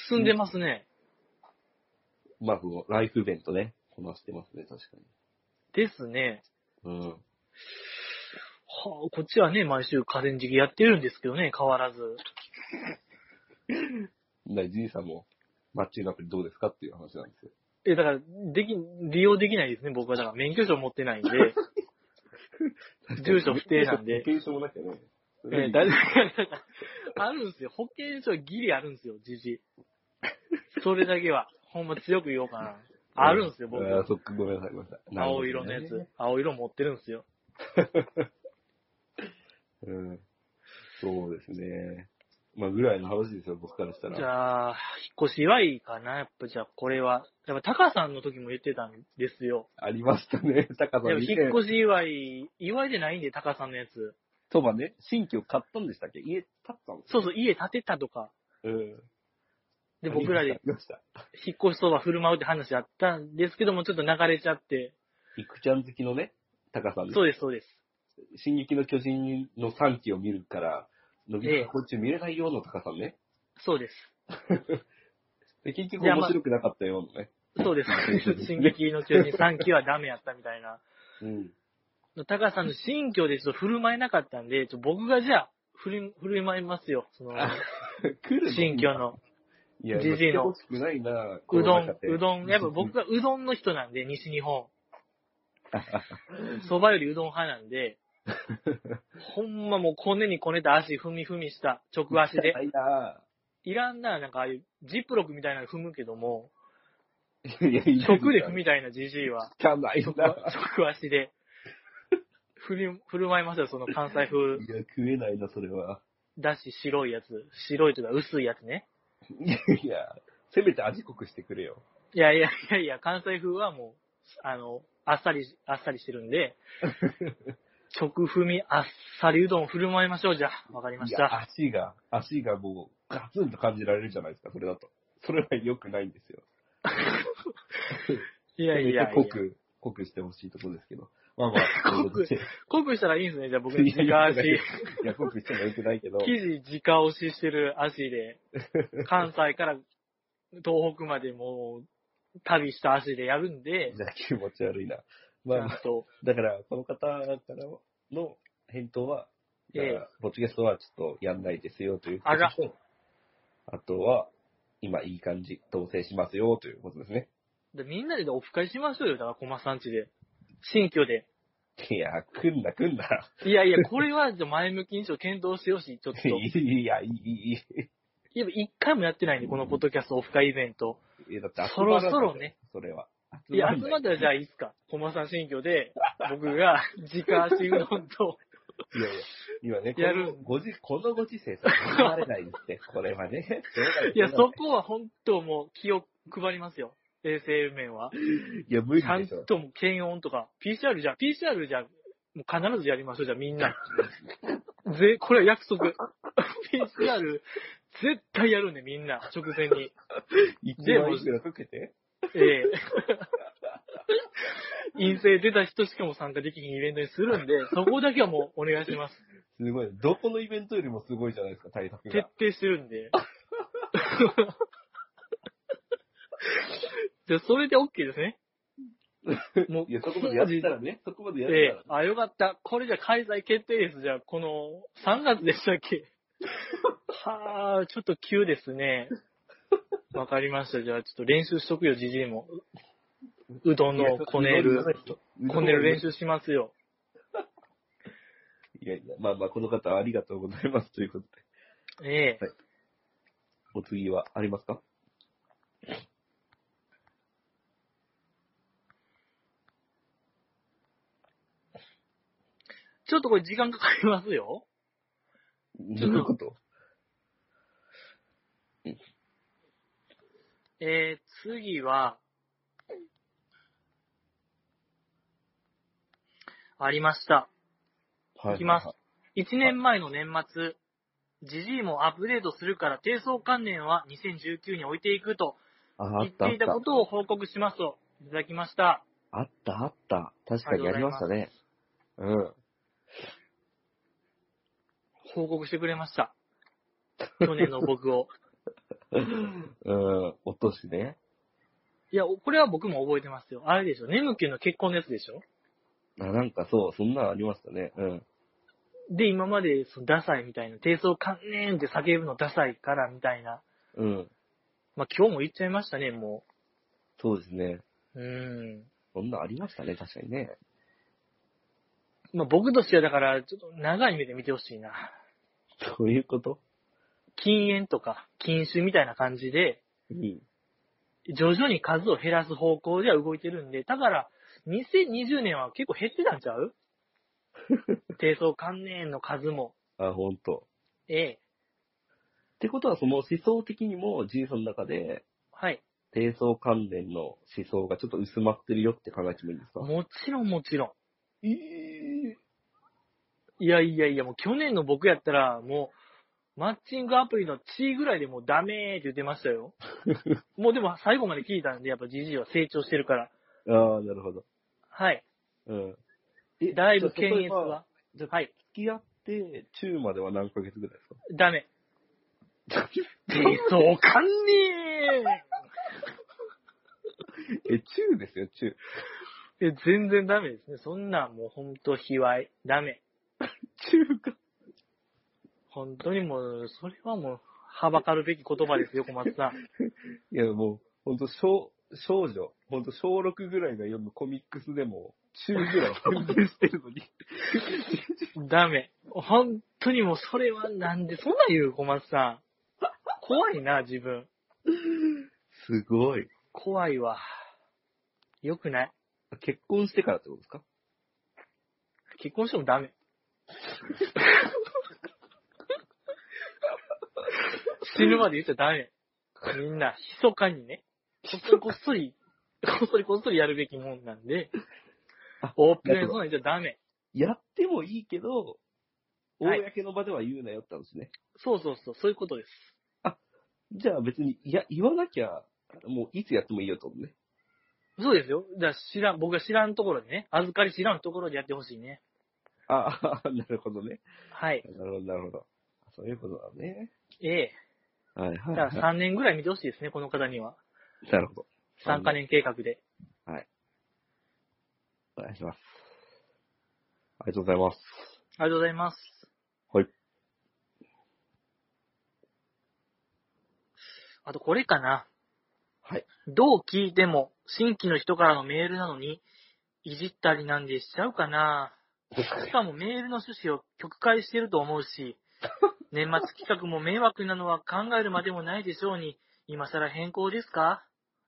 進んでますね。
まあそのライフイベントね、こなしてますね、確か
ですね。
に。うん。
はあ、こっちはね、毎週河川敷やってるんですけどね、変わらず。
だじいさんも、マッチングアプリどうですかっていう話なんですよ。
え、だから、でき、利用できないですね、僕は。だから、免許証持ってないん で。住所不定なんで
保険証もなきゃね。そ
え
れに
ー、大丈夫。あるんですよ。保険証ギリあるんですよ、じじい。それだけは。ほんま強く言おうかな。あるんですよ、僕。
あーそっか、ごめんなさい、ごめんなさい。
青色のや
なる
つ。青色持ってるんですよ。
ほどね。うん。そうですね。まあ、ぐらいの話ですよ、僕からした
じ
ら。
ゃあ、引っ越し祝いかな、やっぱじゃあ、これは。やっぱ、タカさんの時も言ってたんですよ。
ありましたね、 高さ
で
ん
も、
見
引
て
っ越し祝い、祝いでないんで、タカさんのやつ。
そばね、新居買ったんでしたっけ家建ったんです
そうそう、家建てたとか。
う。うん。
で、僕ら
あ
で
りました。ありまし
引っ越しそば振る舞うって話あったんですけども、ちょっと流れちゃって。
たいくちゃん好きのね、高さんね
そうです、そうです。
進撃の巨人の3期を見るから、のび太がこっち見れないような高さね。
そうです。
で結局
じゃあまあ
面白くなかったようなね。
そうです。 進撃の巨人3期はダメやったみたいな。
うん。
高橋さんの新居でちょっと振る舞えなかったんで、ちょっと僕がじゃあ振る、振る舞いますよ。 その、
来る
新居の。
いや、
じじいの
来てほしくないな
うどん、うどん。やっぱ 僕がうどんの人なんで、西日 本。蕎麦よりうどん派なんで、ほんまもうこねにこねた足踏み踏みした、直足で
は。いない
らんな、なんかああいうジップロックみたいなの踏むけども、
ぁ。いや、いい
直で踏みたいなじじいは。
汚いな
直直足で。振り、振る舞いますよ、その関西風
いや、食えないな、それは。
だし白いやつ。白いというか薄いやつね。
いやいや、せめて味濃くしてくれよ。
いやいやいやいや、関西風はもう、あの、あっさり、あっさりしてるんで、 直踏みあっさりうどん振る舞いましょう、じゃあ。わかりま
い
し
や、
た。
足が、足がもう、ガツンと感じられるじゃないですか、それだと。それは良くないんですよ。
いやいやいや
せ。めて濃く、濃くしてほしいところですけど。まあまあ、
濃く
いや
濃くしたらいいんですね、じゃあ僕、
いや
直足。
いや、濃くしても良くないけど。
生地直押ししてる足で、関西から東北までもう、旅した足でやるんで、
じゃあ気持ち悪いな。
ち
まあ
ゃ
まあ
ん、と。
だから、この方からの返答は、
え
だ
え
から、ポッチゲストはちょっとやんないですよというこ
あ
と
ら
と、あとは、今いい感じ、同棲しますよということですね。
でみんなでオフ会しましょうよ、だから、駒さんちで。新居で。
いや、来んな来んな。
いやいや、これは、じゃあ前向きにちょっと検討してほしい、ちょっと。 い
いや、いい、いいい
や、一回もやってないんで、このポッドキャストオフ会イベント。
い。いやだって
そろそ
集まらない
ろね。
それは。
いや、集まったらじゃ
ゃ
あいいっすか。駒さん新居で、僕が、自家足うどんと、
いやいや、今ね、こ
や
の
る
ご時、このご時世さ、生まれな いって、これはね。
いや、そこは本当もう気を配りますよ。衛生面は。
いや、無理
ちゃん
でしょ。
ともう検温とか、PCR じゃ、PCR じゃ、もう必ずやりましょう、じゃあみ んな。ぜ、これは約束。PCR、絶対やるんで、みんな、直前に。
一万いくらかけて
え え陰性出た人しかも参加できひんイベントにするん で、そこだけはもうお願いします。
すごい。どこのイベントよりもすごいじゃないですか、対策
徹
が。
底してるん で。じゃあそれで OK ですね。もう
いや、そこまでやったらね、そこまでやった
え
ら
え、あ、よかった。これじゃ開催決定です。じゃあ、この、3月でしたっけ はあ、ちょっと急ですね。わかりました。じゃあ、ちょっと練習しとくよ、じじいも。ううどんのこねる、こねる練。習しますよ。
いやいや、まあまあ、この方ありがとうございますということで。
ええ
はいお次はありますか
ちょっとこれ時間かかりますよ。
どういうこと
えー、次は、ありました。
はい
きます。1年前の年末、ジジイもアップデートするから、低層関連は2019に置いていくと
あ、あ
言
っ、
った
あ
て
っ
いた
た
こ。とを報告しますといただきました。
あった、あった。確かにやりましたね。うん。
報告してくれました。去年の僕 を。
うん、落としね。
いや、これは僕も覚えてますよ。あれでしょ。ネムキュンの結婚のやつでしょ。
あ、なんかそう、そんなのありましたね。うん。
で、今までそのダサいみたいな、低層関連って叫ぶのダサいからみたいな。
うん。
まあ、今日も言っちゃいましたね、も
そうですね。
う。うん。
そんなのありましたね、確かにね。
まあ、僕としてはだから、ちょっと長い目で見てほしいな。
そういうこと
禁煙とか禁酒みたいな感じで、
うん。
徐々に数を減らす方向では動いてるんで、だから、2020年は結構減ってたんちゃう低層関連の数も。
あ、ほんと。
ええ。
ってことは、その思想的にも、ジーさんの中で、
はい。
低層関連の思想がちょっと薄まってるよって考えてもいいですか
もちろんもちろ
ええ
ん。いやいやいや、もう去年の僕やったら、もう、マッチングアプリの地位ぐらいでもうダメーって言ってましたよ。もうでも最後まで聞いたんで、やっぱ GG は成長してるから。
ああ、なるほど。
はい。
うん。え
だいぶ
じゃあ
検
例え
閲
ば
は。
じゃあ
はい。
付き合って、中までは何ヶ月ぐらいですか
ダメ。低層関連
え、中ですよ、中。
いや、全然ダメですね。そんなんもうほんと卑猥。ダメ。
中か。
本当にもう、それはもう、はばかるべき言葉ですよ、小松さん。
いや、もう、ほんと、小、少女、ほんと、小6ぐらいが読むコミックスでも、中ぐらい全然してるのに。
ダメ。本当にもう、それはなんで、そんなん言う、小松さん。怖いな、自分。
すごい。
怖いわ。よくない。
結婚してからってことですか
結婚してもダメ。死ぬまで言っちゃダメ。みんな、密かにね、こっそりこっそり、こっそりこっそりやるべきもんなんで
あ、
オープンにそんなん言っちゃダメ。
やってもいいけど、
はい
公の場では言うなよって話ね。
そうそうそう、そういうことです。
じゃあ別に、いや、言わなきゃ、もういつやってもいいよってことね。
そうですよ。だから知らん、僕が知らんところでね、預かり知らんところでやってほしいね。
あ あ、なるほどね。
はい。
なるほど、なるほど。そういうことだね。
ええ。
はいは
だ
い、
か
は
ら3年ぐらい見てほしいですね、この方には。
い。なるほど。
3カ年計画で。
お願いします。ありがとうございます。
ありがとうございます。
はい。
あとこれかな。
はい。
どう聞いても、新規の人からのメールなのに、いじったりなんでしちゃうかな。しかもメールの趣旨を曲解してると思うし、年末企画も迷惑なのは考えるまでもないでしょうに、今更変更ですか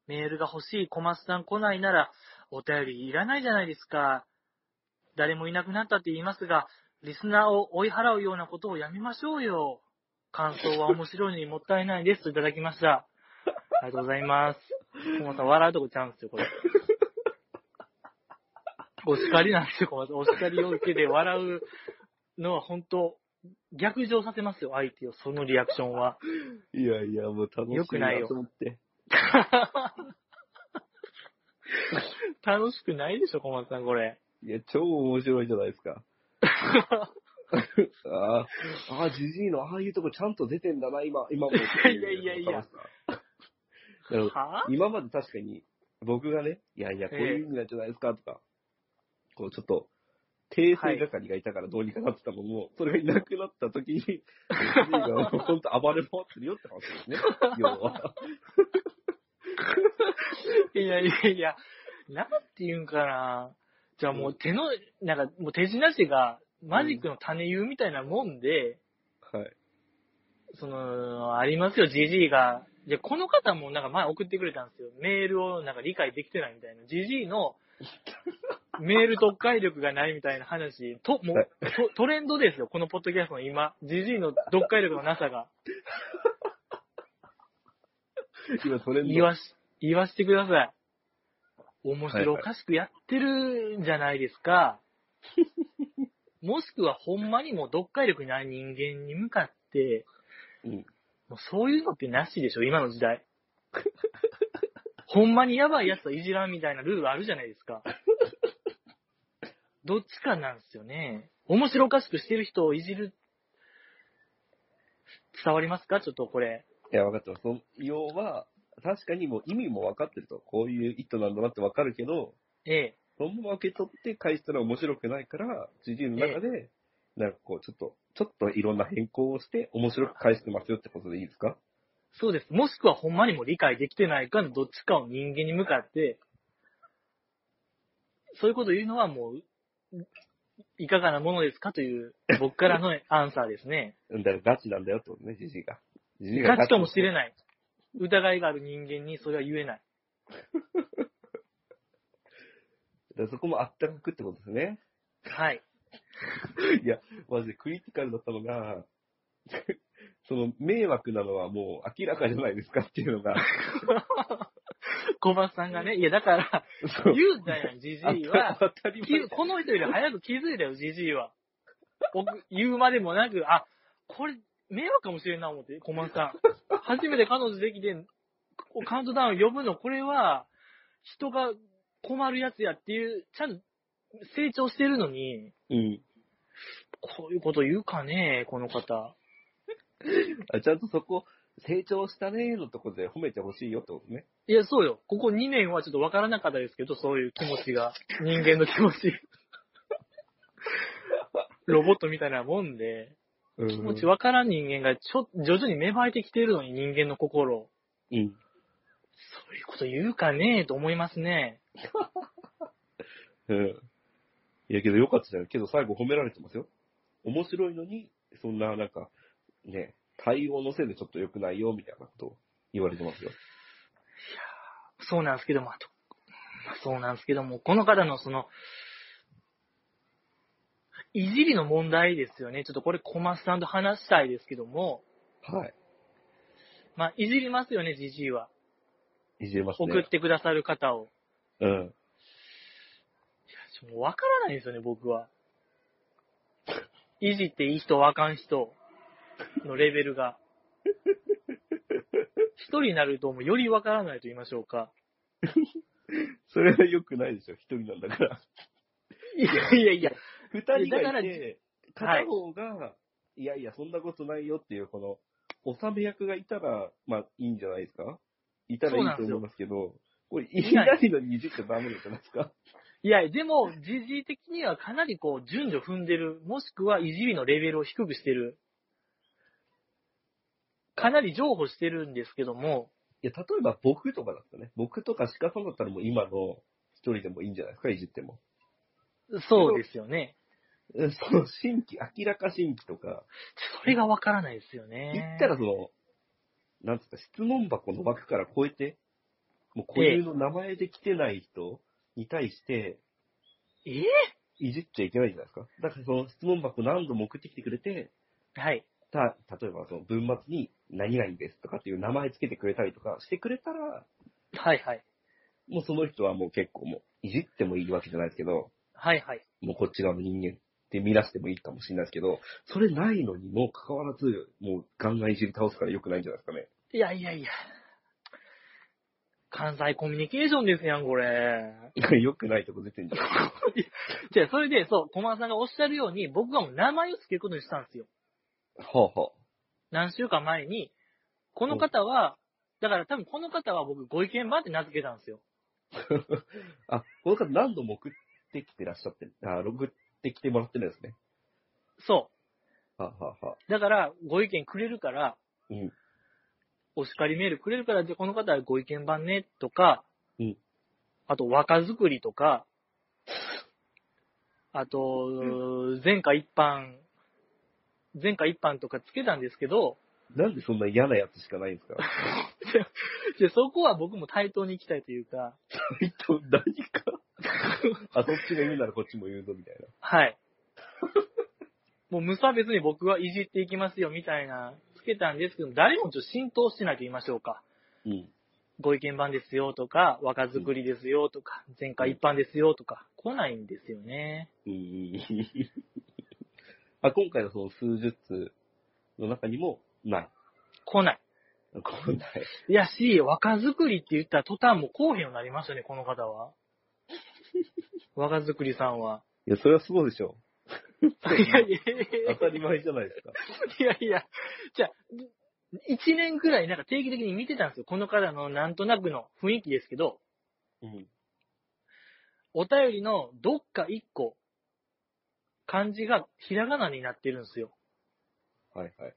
メールが欲しい小松さん来ないなら、お便りいらないじゃないですか。誰もいなくなったって言いますが、リスナーを追い払うようなことをやめましょうよ。感想は面白いのにもったいないですといただきました。ありがとうございます。もうさん、笑うとこちゃうんですよ、これ。お叱りなんですよ、小松さんお叱りを受けて笑うのは本当、逆上させますよ、相手を、そのリアクションは。
いやいや、もう楽しい
よくないよ
と思って。
楽しくないでしょ、小松さん、これ。
いや、超面白いじゃないで すか。あーあー、じじいのああいうとこちゃんと出てんだな、今、今も。い
やいやいや
楽しさ。なるほど
はぁ
今まで確かに、僕がね、いやいや、こういう意味なんじゃないですか、とか、こう、ちょっと、訂正係がいたからどうにかなってたものも、それがいなくなった時に、じじいが本当暴れ回ってるよって 話ですね、要は。
いやいやいや、なんて言うんかな。じゃあもう手の、なんかもう手品師がマジックの種湯みたいなもんで、
はい。
その、ありますよ、GG が。で、この方もなんか前送ってくれたんですよ。メールをなんか理解できてないみたいな。GG のメール読解力がないみたいな話、と、も、
はいう
とトレンドですよ、このポッドキャストの今。GG の読解力のなさが。
今、トレンド。
言わし、言わしてください。面白おかしくやってるんじゃないですか。 もしくはほんまにもう読解力ない人間に向かって、
うん
もうそういうのってなしでしょ、今の時代。 ほんまにやばいやつはいじらんみたいなルールあるじゃないですか。どっちかなんですよね。面白おかしくしてる人をいじる。伝わりますかちょっとこれ。
いや、分かってます。その、要は、確かにもう意味も分かってると。こういう意図なんだなって分かるけど、
ええ。
そのまま受け取って返したら面白くないから、ジジイの中で、なんかこう、ちょっと、ちょっといろんな変更をして、面白く返してますよってことでいいですか
そうです。もしくはほんまにも理解できてないかのどっちかを人間に向かって、そういうことを言うのはもう、いかがなものですかという僕からのアンサーですね。
うんだからガチなんだよってことね、ジジイが。ジジイが
価値かもしれ
い。
ない。疑いがある人間にそれは言えない。
だからそこもあったかくってことですね。
はい。
いや、マジでクリティカルだったのが、 その、迷惑なのはもう明らかじゃないですかっていうの が、
小松さんがね、いやだから、
そ
言
う
うたやん、じじいは。
当たり前
きこの人より早く気づいたよ、じじいは。僕、言うまでもなく、あ、これ、迷惑かもしれんな思って、小松さん。初めて彼女できて、こカウントダウン呼ぶの、これは、人が困るやつやっていう、ちゃんと成長してるのに、
うん。
こういうこと言うかね、この方。
あちゃんとそこ、成長したねーのとこで褒めてほしいよってことね。
いや、そうよ。ここ2年はちょっとわからなかったですけど、そういう気持ち が。人間の気持ち。ロボットみたいなもんで。
気
気持ちわからん人間がちょ、徐々に芽生えてきてるのに人間の心。
うん。
そういうこと言うかねえと思いますね。
うん。いや、けどよかったじゃん。けど最後褒められてますよ。面白いのに、そんな、なんか、ね、対応のせいでちょっと良くないよ、みたいなことを言われてますよ。
そうなんですけども、あと、まあそうなんですけども、この方のその、いじりの問題ですよね。ちょっとこれ小松さんと話したいですけども、
はい。
まあ、いじりますよね、じじいは。
いじれます
送
ね
っ。てくださる方を。
うん。
ちょもうわからないんですよね、僕は。いじっていい人、あかん人のレベルが。一人になると、もうよりわからないと言いましょうか。
それは良くないでしょ、一人なんだから。
いやいやいや、
二人
だか
が
ら
いて、
はい
片方が、い、やいや、そんなことないよっていう、この、納め役がいたら、まあ、いいんじゃないですかいたらいいと思いますけど、これ、いないのにいじっちゃダメなんじゃないですか
いや、でも、時事的にはかなりこう、順序踏んでる、もしくはいじりのレベルを低くしてる。かなり譲歩してるんですけども、
いや、例えば僕とかだったらね。僕とか鹿さんだったらもう今の一人でもいいんじゃないですか、いじっても。
そうですよね。
うんその新規、明らか新規とか、
それがわからないですよ
言
ね。
ったらその、なんつうか、質問箱の枠から超えて、もう固有の名前で来てない人に対して、
え
いじっちゃいけないじゃないですか。だからその質問箱何度も送ってきてくれて、
はい。
た、例えばその文末に何々ですとかっていう名前つけてくれたりとかしてくれたら、
はいはい。
もうその人はもう結構もう、いじってもいいわけじゃないですけど、
はいはい。
もうこっち側の人間って見出してもいいかもしれないですけど、それないのにもかかわらず、もうガンガンいじり倒すから良くないんじゃないですかね。
いやいやいや。関西コミュニケーションですやん、これ。
良くないとこ出てんじゃん。
じゃあ、それで、そう、駒さんがおっしゃるように、僕がもう名前を付けることにしたんですよ。
ほうほ
何週間前に、この方は、だから多分この方は僕、ご意見番って名付けたんですよ。
う。あ、この方何度も送ってきてらっしゃって、あ、送ってきてもらってるんですね。
そ
はあ、はあはあ、
う。だから、ご意見くれるから、
うん。
お叱りメールくれるから、じゃあこの方はご意見番ね、とか、
うん
あと、若作りとか、あと、前科一般、前科一般とかつけたんですけど、
なんでそんな嫌なやつしかないんですか
でそこは僕も対等に行きたいというか、
一体何か あ、そっちが言うならこっちも言うぞみたいな。
はい。 もう無差別に僕はいじっていきますよみたいな、つけたんですけど、誰もちょっと浸透してないと言いましょうか。
うん。
ご意見番ですよとか、若作りですよとか、前回一般ですよとか、来ないんですよね。
うん。 あ、今回のその数十通の中にも、ない。
来ない。
こんない。
いやし、若作りって言ったら途端もうこうへんようになりましたね、この方は。若作りさんは。
いや、それはそうでしょ
いやいやいや
う。当たり前じゃないですか。
いやいや、じゃあ、1年ぐらいなんか定期的に見てたんですよ。この方のなんとなくの雰囲気ですけど、
うん。
お便りのどっか一個、漢字がひらがなになってるんですよ。
はいはい。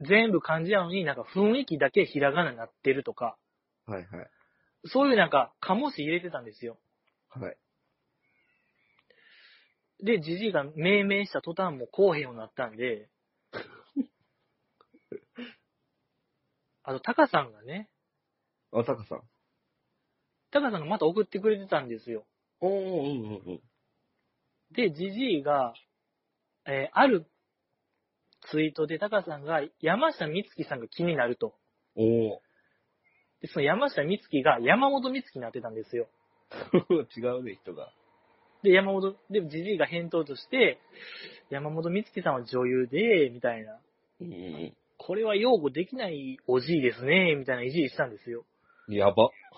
全部漢字なのになんか雰囲気だけひらがなになってるとか、
はいはい。
そういうなんか、かもし入れてたんですよ。
はい。
で、じじいが命名した途端もうこうへんようになったんで、あと、タカさんがね、
あ、タカさん。
タカさんがまた送ってくれてたんですよ。
おおうんうんうん。
で、じじいが、えーあるツイートでタカさんが山下美月さんが気になると。
おお
で、その山下美月が山本美月になってたんですよ。
違うね、人が。
で、山本、で、じじいが返答として、山本美月さんは女優で、みたいな。
うんう
これは擁護できないおじいですね、みたいないじりしたんですよ。
ん。やば。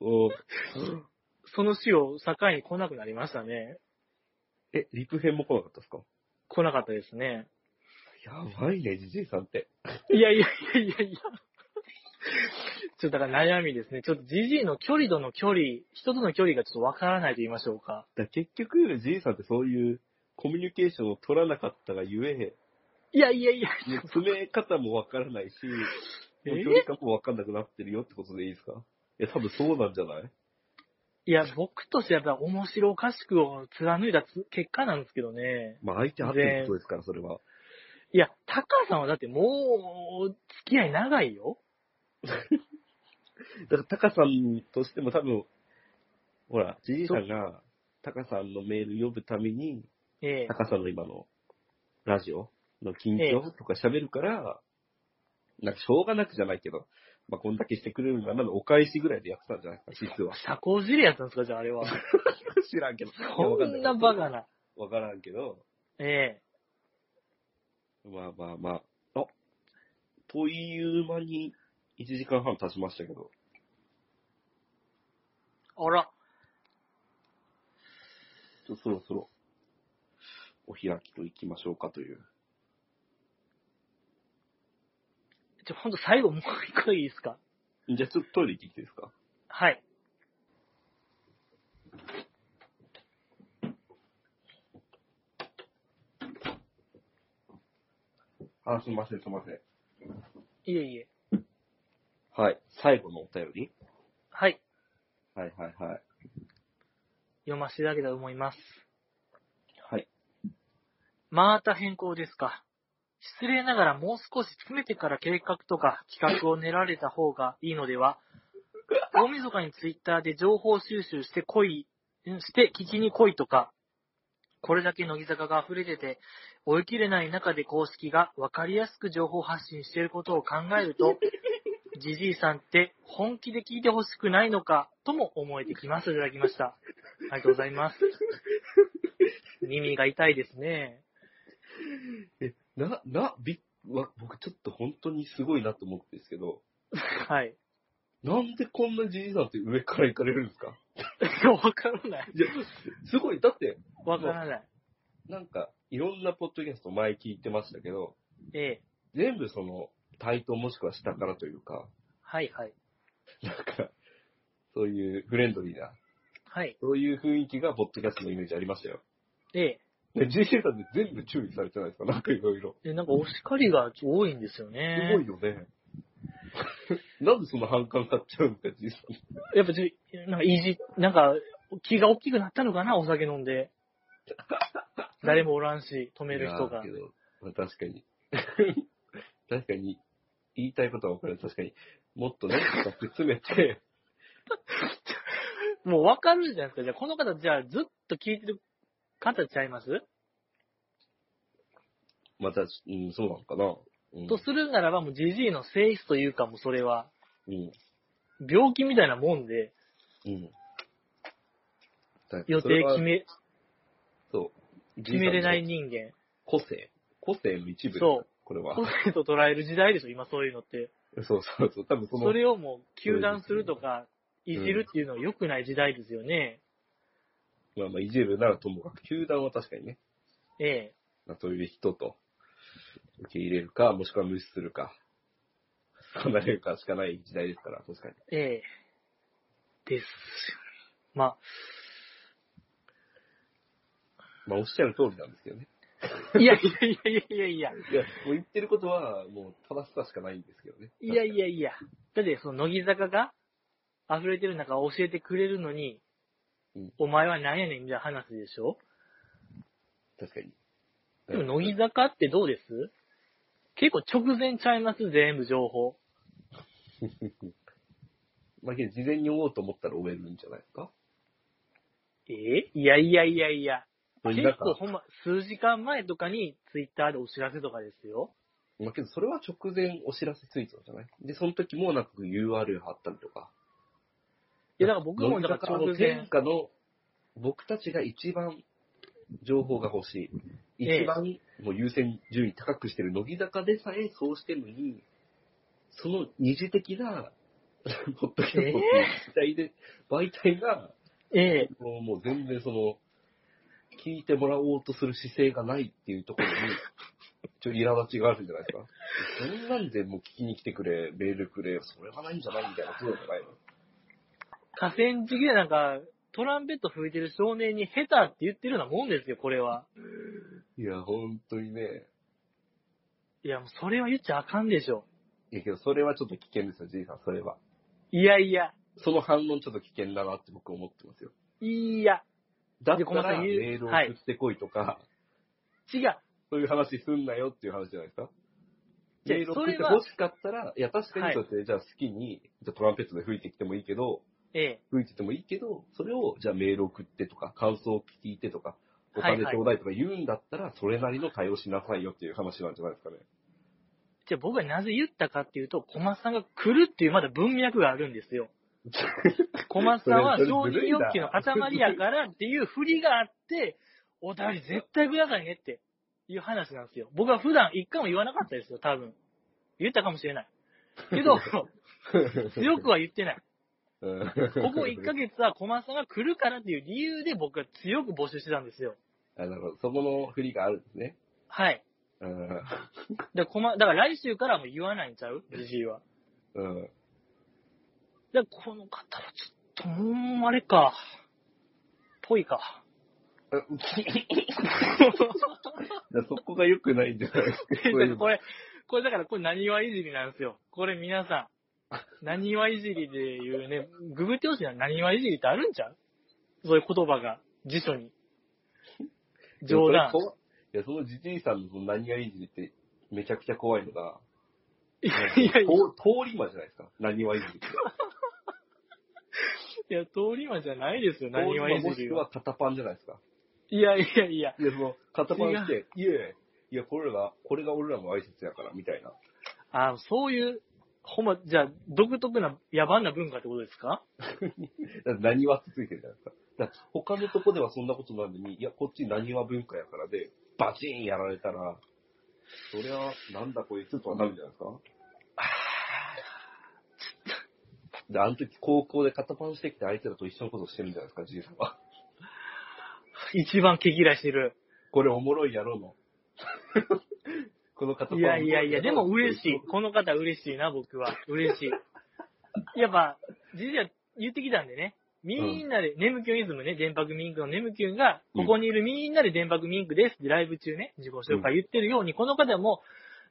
おー
その死を境に来なくなりましたね。
え、陸編も来なかったですか
来なかったですね。
やばいね、じじいさんって。
いやいやいやいやいや。ちょっとだから悩みですね。ちょっとじじいの距離との距離、人との距離がちょっとわからないと言いましょうか。
だから結局、じいさんってそういうコミュニケーションを取らなかったがゆえ、
いやいやいや、
もう詰め方もわからないし、
え
もう距離感もわかんなくなってるよってことでいいですかいや、多分そうなんじゃない
いや、僕としてはやっぱ面白おかしくを貫いたつ結果なんですけどね。
まあ相手あってのことですから、それは。
いや、タカさんはだってもう、付き合い長いよ。
だから、タカさんとしても多分、ほら、じいさんが、タカさんのメール読むために、
ええ
タカさんの今のラジオの緊
え
張とか喋るから、なんかしょうがなくじゃないけど、まあこんだけしてくれるならお返しぐらいでやってたんじゃないですか、実は。
社交辞令やったんですか、じゃああれ は。
知らんけど。
こんなバカな。
わからんけど、
ええ
まあまあまあ。あ、という間に1時間半経ちましたけど。
あら、
ちょっとそろそろ、お開きと行きましょうかという。
ちょ、ほんと最後もう一回いいですか。
じゃあちょっとトイレ行ってきていいですか
はい。
あ、すいません、すいません。
いえいえ。
はい。最後のお便り
はい。
はいはいはい。
読ませていただけたと思います。
はい。
また変更ですか。失礼ながらもう少し詰めてから計画とか企画を練られた方がいいのでは大晦日にツイッターで情報収集してこい、うんして聞きに来いとか、これだけ乃木坂が溢れてて、追い切れない中で公式が分かりやすく情報発信していることを考えると、じじいさんって本気で聞いてほしくないのかとも思えてきます。いただきました。ありがとうございます。耳が痛いですね。
な、な、びっわ僕ちょっと本当にすごいなと思ってるんですけど、
はい。
なんでこんなじじいさんって上から行かれるんですか
いやわからない。
いや、すごい、だって、
わからない。
なんか、いろんなポッドキャスト前聞いてましたけど、
ええ。
全部その、対等もしくは下からというか、
はいはい。
なんか、そういうフレンドリーな、
はい。
そういう雰囲気がポッドキャストのイメージありましたよ。
ええ。
で、JJ さんって全部注意されてないですかなんかいろいろ。
で、なんかお叱りが多いんですよ
す
ね。
ごいよね。 なんでそんな反感買っちゃうんですか、JJ さん。
やっぱじ、なんか、いじ、なんか、気が大きくなったのかな、お酒飲ん で。誰もおらんし、止める人が
いやーけ。どまあ確かに。 確かに、言いたいことは分かる。確かに、もっとね、深く詰めて、
もうわかるじゃないですか。じゃあ、この方、じゃあ、ずっと聞いてる方ちゃいます、
また、うん、そうなのかな。うん。
とするならば、もう、じじいの性質というか、もうそれは、
うん。
病気みたいなもんで、
うん。
予
そ
定
は
決め、
そう。
決めれない
じい
人 間。
さんの個性。個性の一部。
そう。
これは。
個性と捉える時代でしょ、今そういうのって。
そうそうそう。多分その、
それをもう、糾弾するとか、いじるっていうのは良くない時代ですよね。
まあまあ、いじるならともかく、球団は確かにね、
ええ。
まあそういう人と受け入れるか、もしくは無視するか、離れるかしかない時代ですから、確かに。
ええですよね。まあ、
まあ、おっしゃる通りなんですけどね。
い やいやいやいやいや
いや、もう言ってることは、もう正しさしかないんですけどね。
いや、いやいやいや。だって、その、乃木坂が溢れてる中教えてくれるのに、
うん
お前は何やねんみたいな話でしょ
確かに。
でも、乃木坂ってどうです結構直前ちゃいます全部情報。
まあ、けど事前に追おうと思ったら追えるんじゃないですか
えいやいやいやいや。
乃
結
木坂
構ほんま、数時間前とかに、ツイッターでお知らせとかですよ。
まあ、けどそれは直前お知らせツイートじゃないで、その時もなんか URL 貼ったりとか。
いや、だから僕も、だ
乃
か
木
ら
坂
直
の
前
天。下の僕たちが一番情報が欲しい。
ええ
一番もう優先順位高くしてる乃木坂でさえそうしてるのに、その二次的な、 ポッドキャストっていう媒体で、媒体が、
ええ
もうもう全然その、聞いてもらおうとする姿勢がないっていうところに、ちょっと苛立ちがあるんじゃないですか。そんなんでもう聞きに来てくれ、メールくれ、それはないんじゃないみたいな、そうじゃないの。
河川敷でなんか、トランペット吹いてる少年に下手って言ってるようなもんですよ、これは。
いや、本当にね。
いや、もうそれは言っちゃあかんでしょ。
いやけど、それはちょっと危険ですよ、じいさん、それは。
いやいや、
その反論ちょっと危険だなって僕思ってますよ。
いや、
だった
でごめんな
ら
さい
メ
言う
ールを送ってこいとか、
違う。
そういう話すんなよっていう話じゃないですか。
じゃ
メール送っ
それ
て
は
欲しかったら、いや、確か
は
に
い
そうやって、じゃあ好きに、じゃあトランペットで吹いてきてもいいけど、
え
吹いててもいいけど、それを、じゃあメール送ってとか、感想を聞いてとか、お
はい
金
はい
ちょうだいとか言うんだったら、それなりの対応しなさいよっていう話なんじゃないですかね。
え。じゃあ僕がなぜ言ったかっていうと、駒さんが来るっていうまだ文脈があるんですよ。駒さんは
それ
承
それず
認
るい
欲
な
求の塊やからっていう振りがあって、お便り絶対くださいねっていう話なんですよ。僕は普段一回も言わなかったですよ、多分。言ったかもしれない。けど、強くは言ってない。
うん、
ここ1ヶ月は駒さんが来るからっていう理由で僕は強く募集してたんですよ。
あなるほど。そこの振りがあるんですね。
はい。
うん。
で、こま、だから来週からはもう言わないんちゃうじじいは。
うん。
だからこの方はちょっと、もう、あれか。ぽいか。
いやそこが良くないんじゃないですか。そう いうの
これ、これだから、これ何はいじりなんですよ。これ皆さん、何はいじりでいうね、ググってほしいな、何はいじりってあるんちゃうそういう言葉が、辞書に。冗談
そ。れ怖いや、そのじじいさんのその何がいじりって、めちゃくちゃ怖いのが、
いやいやいや
と通り魔じゃないですか。何がいじりって。
いや、通り魔じゃないですよ、
通
何
り
は
魔
い
も
じ
し
り
く
は
は。肩パンじゃないですか。
いやいやいや。
いや、その、肩パンして、いえ、いや、これらが、これが俺らの挨拶やから、みたいな。
あそういう、ほんま、じゃあ、独特な、野蛮な文化ってことですか
だって何はってついてるじゃないですか。だから他のとこではそんなことないのに、いや、こっち何は文化やからで、バチーンやられたら、そりゃ、なんだこいつとはなるんじゃないですか。で、あの時高校で肩パンしてきて相手だと一緒のことしてるんじゃないですか、じいさんは。
一番毛嫌いしてる。
これおもろいやろ の。この肩パン
いやいやいや、でも嬉しい。この方嬉しいな、僕は。嬉しい。やっぱ、実は言ってきたんでね。みんなで、ネムキュンイズムね、電白ミンクのネムキュンが、
うん
ここにいるみんなで電白ミンクですってライブ中ね、自己紹介言ってるように、この方も、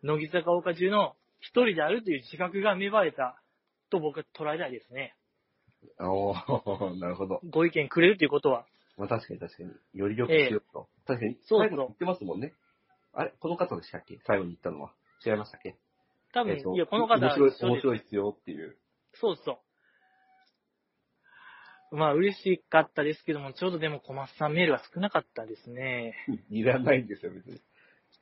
乃木坂岡中の一人であるという自覚が芽生えたと僕は捉えたいですね。
ああ、なるほど。
ご意見くれるということは。
まあ確かに確かに。よりよくしようと。確かに、
そうそう
最後に言ってますもんね。あれこの方でしたっけ最後に言ったのは。違いましたっけ
多分、
えーと
いや、この方
面白い、
一緒
面
です
白いっすよっていう。
そうそう。まあ、嬉しかったですけども、ちょうどでも小松さんメールは少なかったですね。
いらないんですよ、別に。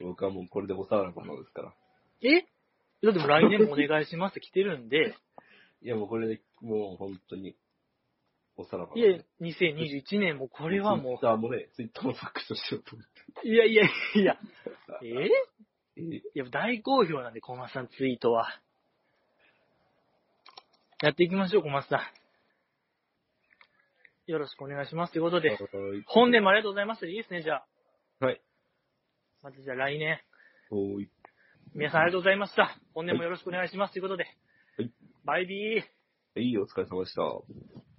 僕はもうこれでおさわらばなのですから。
えいやでも来年もお願いしますって来てるん で、
いや、もうこれで、もう本当に、おさらば
い
なの
や
で。、
2021年もこれはも
ツイッターもね、ツイッターも削除しようと思っ
う、
て。
いやいやいや、え
えー
いや、大好評なんで、小松さんツイートは。やっていきましょう、小松さん。よろしくお願いしますということで、本年もありがとうございました。いいですね、じゃあ。
はい。
またじゃあ来年。
おーい
皆さんありがとうございました。本年もよろしくお願いしますということで。
はい
バイビー。
いいお疲れ様でした。